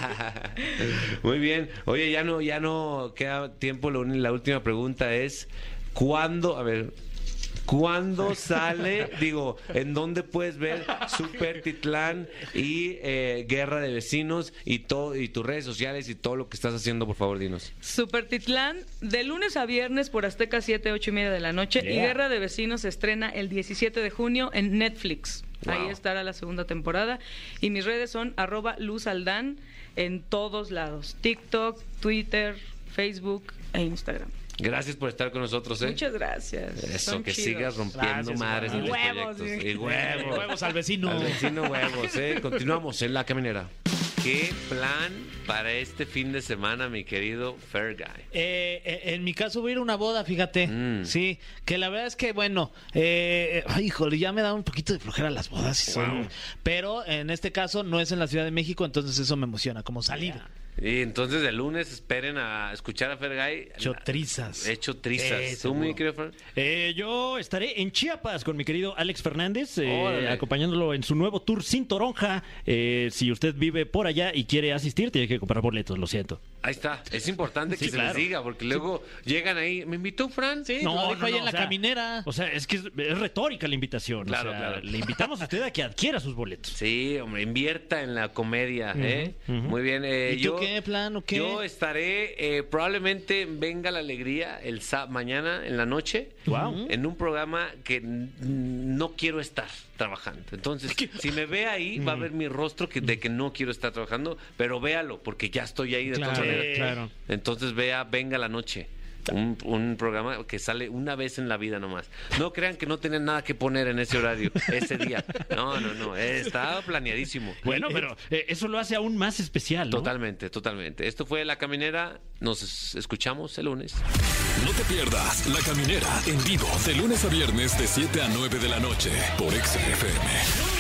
Speaker 2: *laughs* Muy bien. Oye, ya no, ya no queda tiempo. Lo uni- La última pregunta es: ¿cuándo? A ver. ¿Cuándo sale? Digo, ¿en dónde puedes ver Super Titlán y eh, Guerra de Vecinos y todo y tus redes sociales y todo lo que estás haciendo? Por favor, dinos.
Speaker 6: Super Titlán, de lunes a viernes por Azteca 7, 8 y media de la noche. Y
Speaker 4: Yeah.
Speaker 6: Guerra de Vecinos se estrena el 17 de junio en Netflix.
Speaker 2: Wow.
Speaker 6: Ahí estará la segunda temporada. Y mis redes son arroba Luz Aldán en todos lados. TikTok, Twitter, Facebook e Instagram.
Speaker 2: Gracias por estar con nosotros. ¿eh?
Speaker 6: Muchas gracias.
Speaker 2: Eso,
Speaker 6: Son
Speaker 2: que
Speaker 6: chidos.
Speaker 2: sigas rompiendo
Speaker 4: Gracias,
Speaker 2: madres en tus
Speaker 6: Huevos,
Speaker 2: proyectos.
Speaker 6: sí.
Speaker 2: Y huevos.
Speaker 4: *laughs* Huevos al vecino.
Speaker 2: Al vecino huevos, ¿eh? Continuamos en La Caminera. ¿Qué plan para este fin de semana, mi querido Fair Guy?
Speaker 4: Eh, eh, en mi caso voy a ir a una boda, fíjate.
Speaker 2: Mm.
Speaker 4: Sí, que la verdad es que, bueno, eh, ay, híjole, ya me da un poquito de flojera las bodas. y son- Pero en este caso no es en la Ciudad de México, entonces eso me emociona, como salir.
Speaker 2: Y entonces el lunes esperen a escuchar a Fair Guy.
Speaker 4: Chotrizas.
Speaker 2: Hecho trizas.
Speaker 4: Eh,
Speaker 2: ¿Tú, mi
Speaker 4: seguro.
Speaker 2: querido Fer?
Speaker 3: Eh, yo estaré en Chiapas con mi querido Alex Fernández, eh,
Speaker 2: Órale.
Speaker 3: acompañándolo en su nuevo tour sin toronja. Eh, si usted vive por allá y quiere asistir, tiene que comprar boletos, lo siento.
Speaker 2: Ahí está. Es importante que
Speaker 3: Sí,
Speaker 2: se
Speaker 3: claro.
Speaker 2: les diga, porque luego llegan ahí. ¿Me invitó Fran? Sí.
Speaker 4: lo dijo ahí en la
Speaker 3: o sea,
Speaker 4: caminera.
Speaker 3: O sea, es que es, es retórica la invitación. o
Speaker 2: Claro,
Speaker 3: sea,
Speaker 2: claro.
Speaker 3: Le invitamos a usted a que adquiera sus boletos.
Speaker 2: Sí, hombre, invierta en la comedia, ¿eh? Muy bien. eh,
Speaker 4: ¿Y tú
Speaker 2: yo,
Speaker 4: qué plan o qué?
Speaker 2: Yo estaré, eh, probablemente venga la alegría el sá- mañana en la noche,
Speaker 3: Guau.
Speaker 2: en un programa que n- no quiero estar trabajando. Entonces, si me ve ahí,
Speaker 4: Mm.
Speaker 2: va a ver mi rostro que, de que no quiero estar trabajando, pero véalo, porque ya estoy ahí de todas
Speaker 4: Claro,
Speaker 2: maneras.
Speaker 3: claro.
Speaker 2: Entonces, vea, venga la noche. Un, un programa que sale una vez en la vida nomás. No crean que no tienen nada que poner en ese horario, ese día. No, no, no. eh, Está planeadísimo.
Speaker 3: Bueno, pero eh, eso lo hace aún más especial. ¿no?
Speaker 2: Totalmente, totalmente. Esto fue La Caminera. Nos es- escuchamos el lunes.
Speaker 1: No te pierdas La Caminera en vivo de lunes a viernes de 7 a 9 de la noche por Exa FM.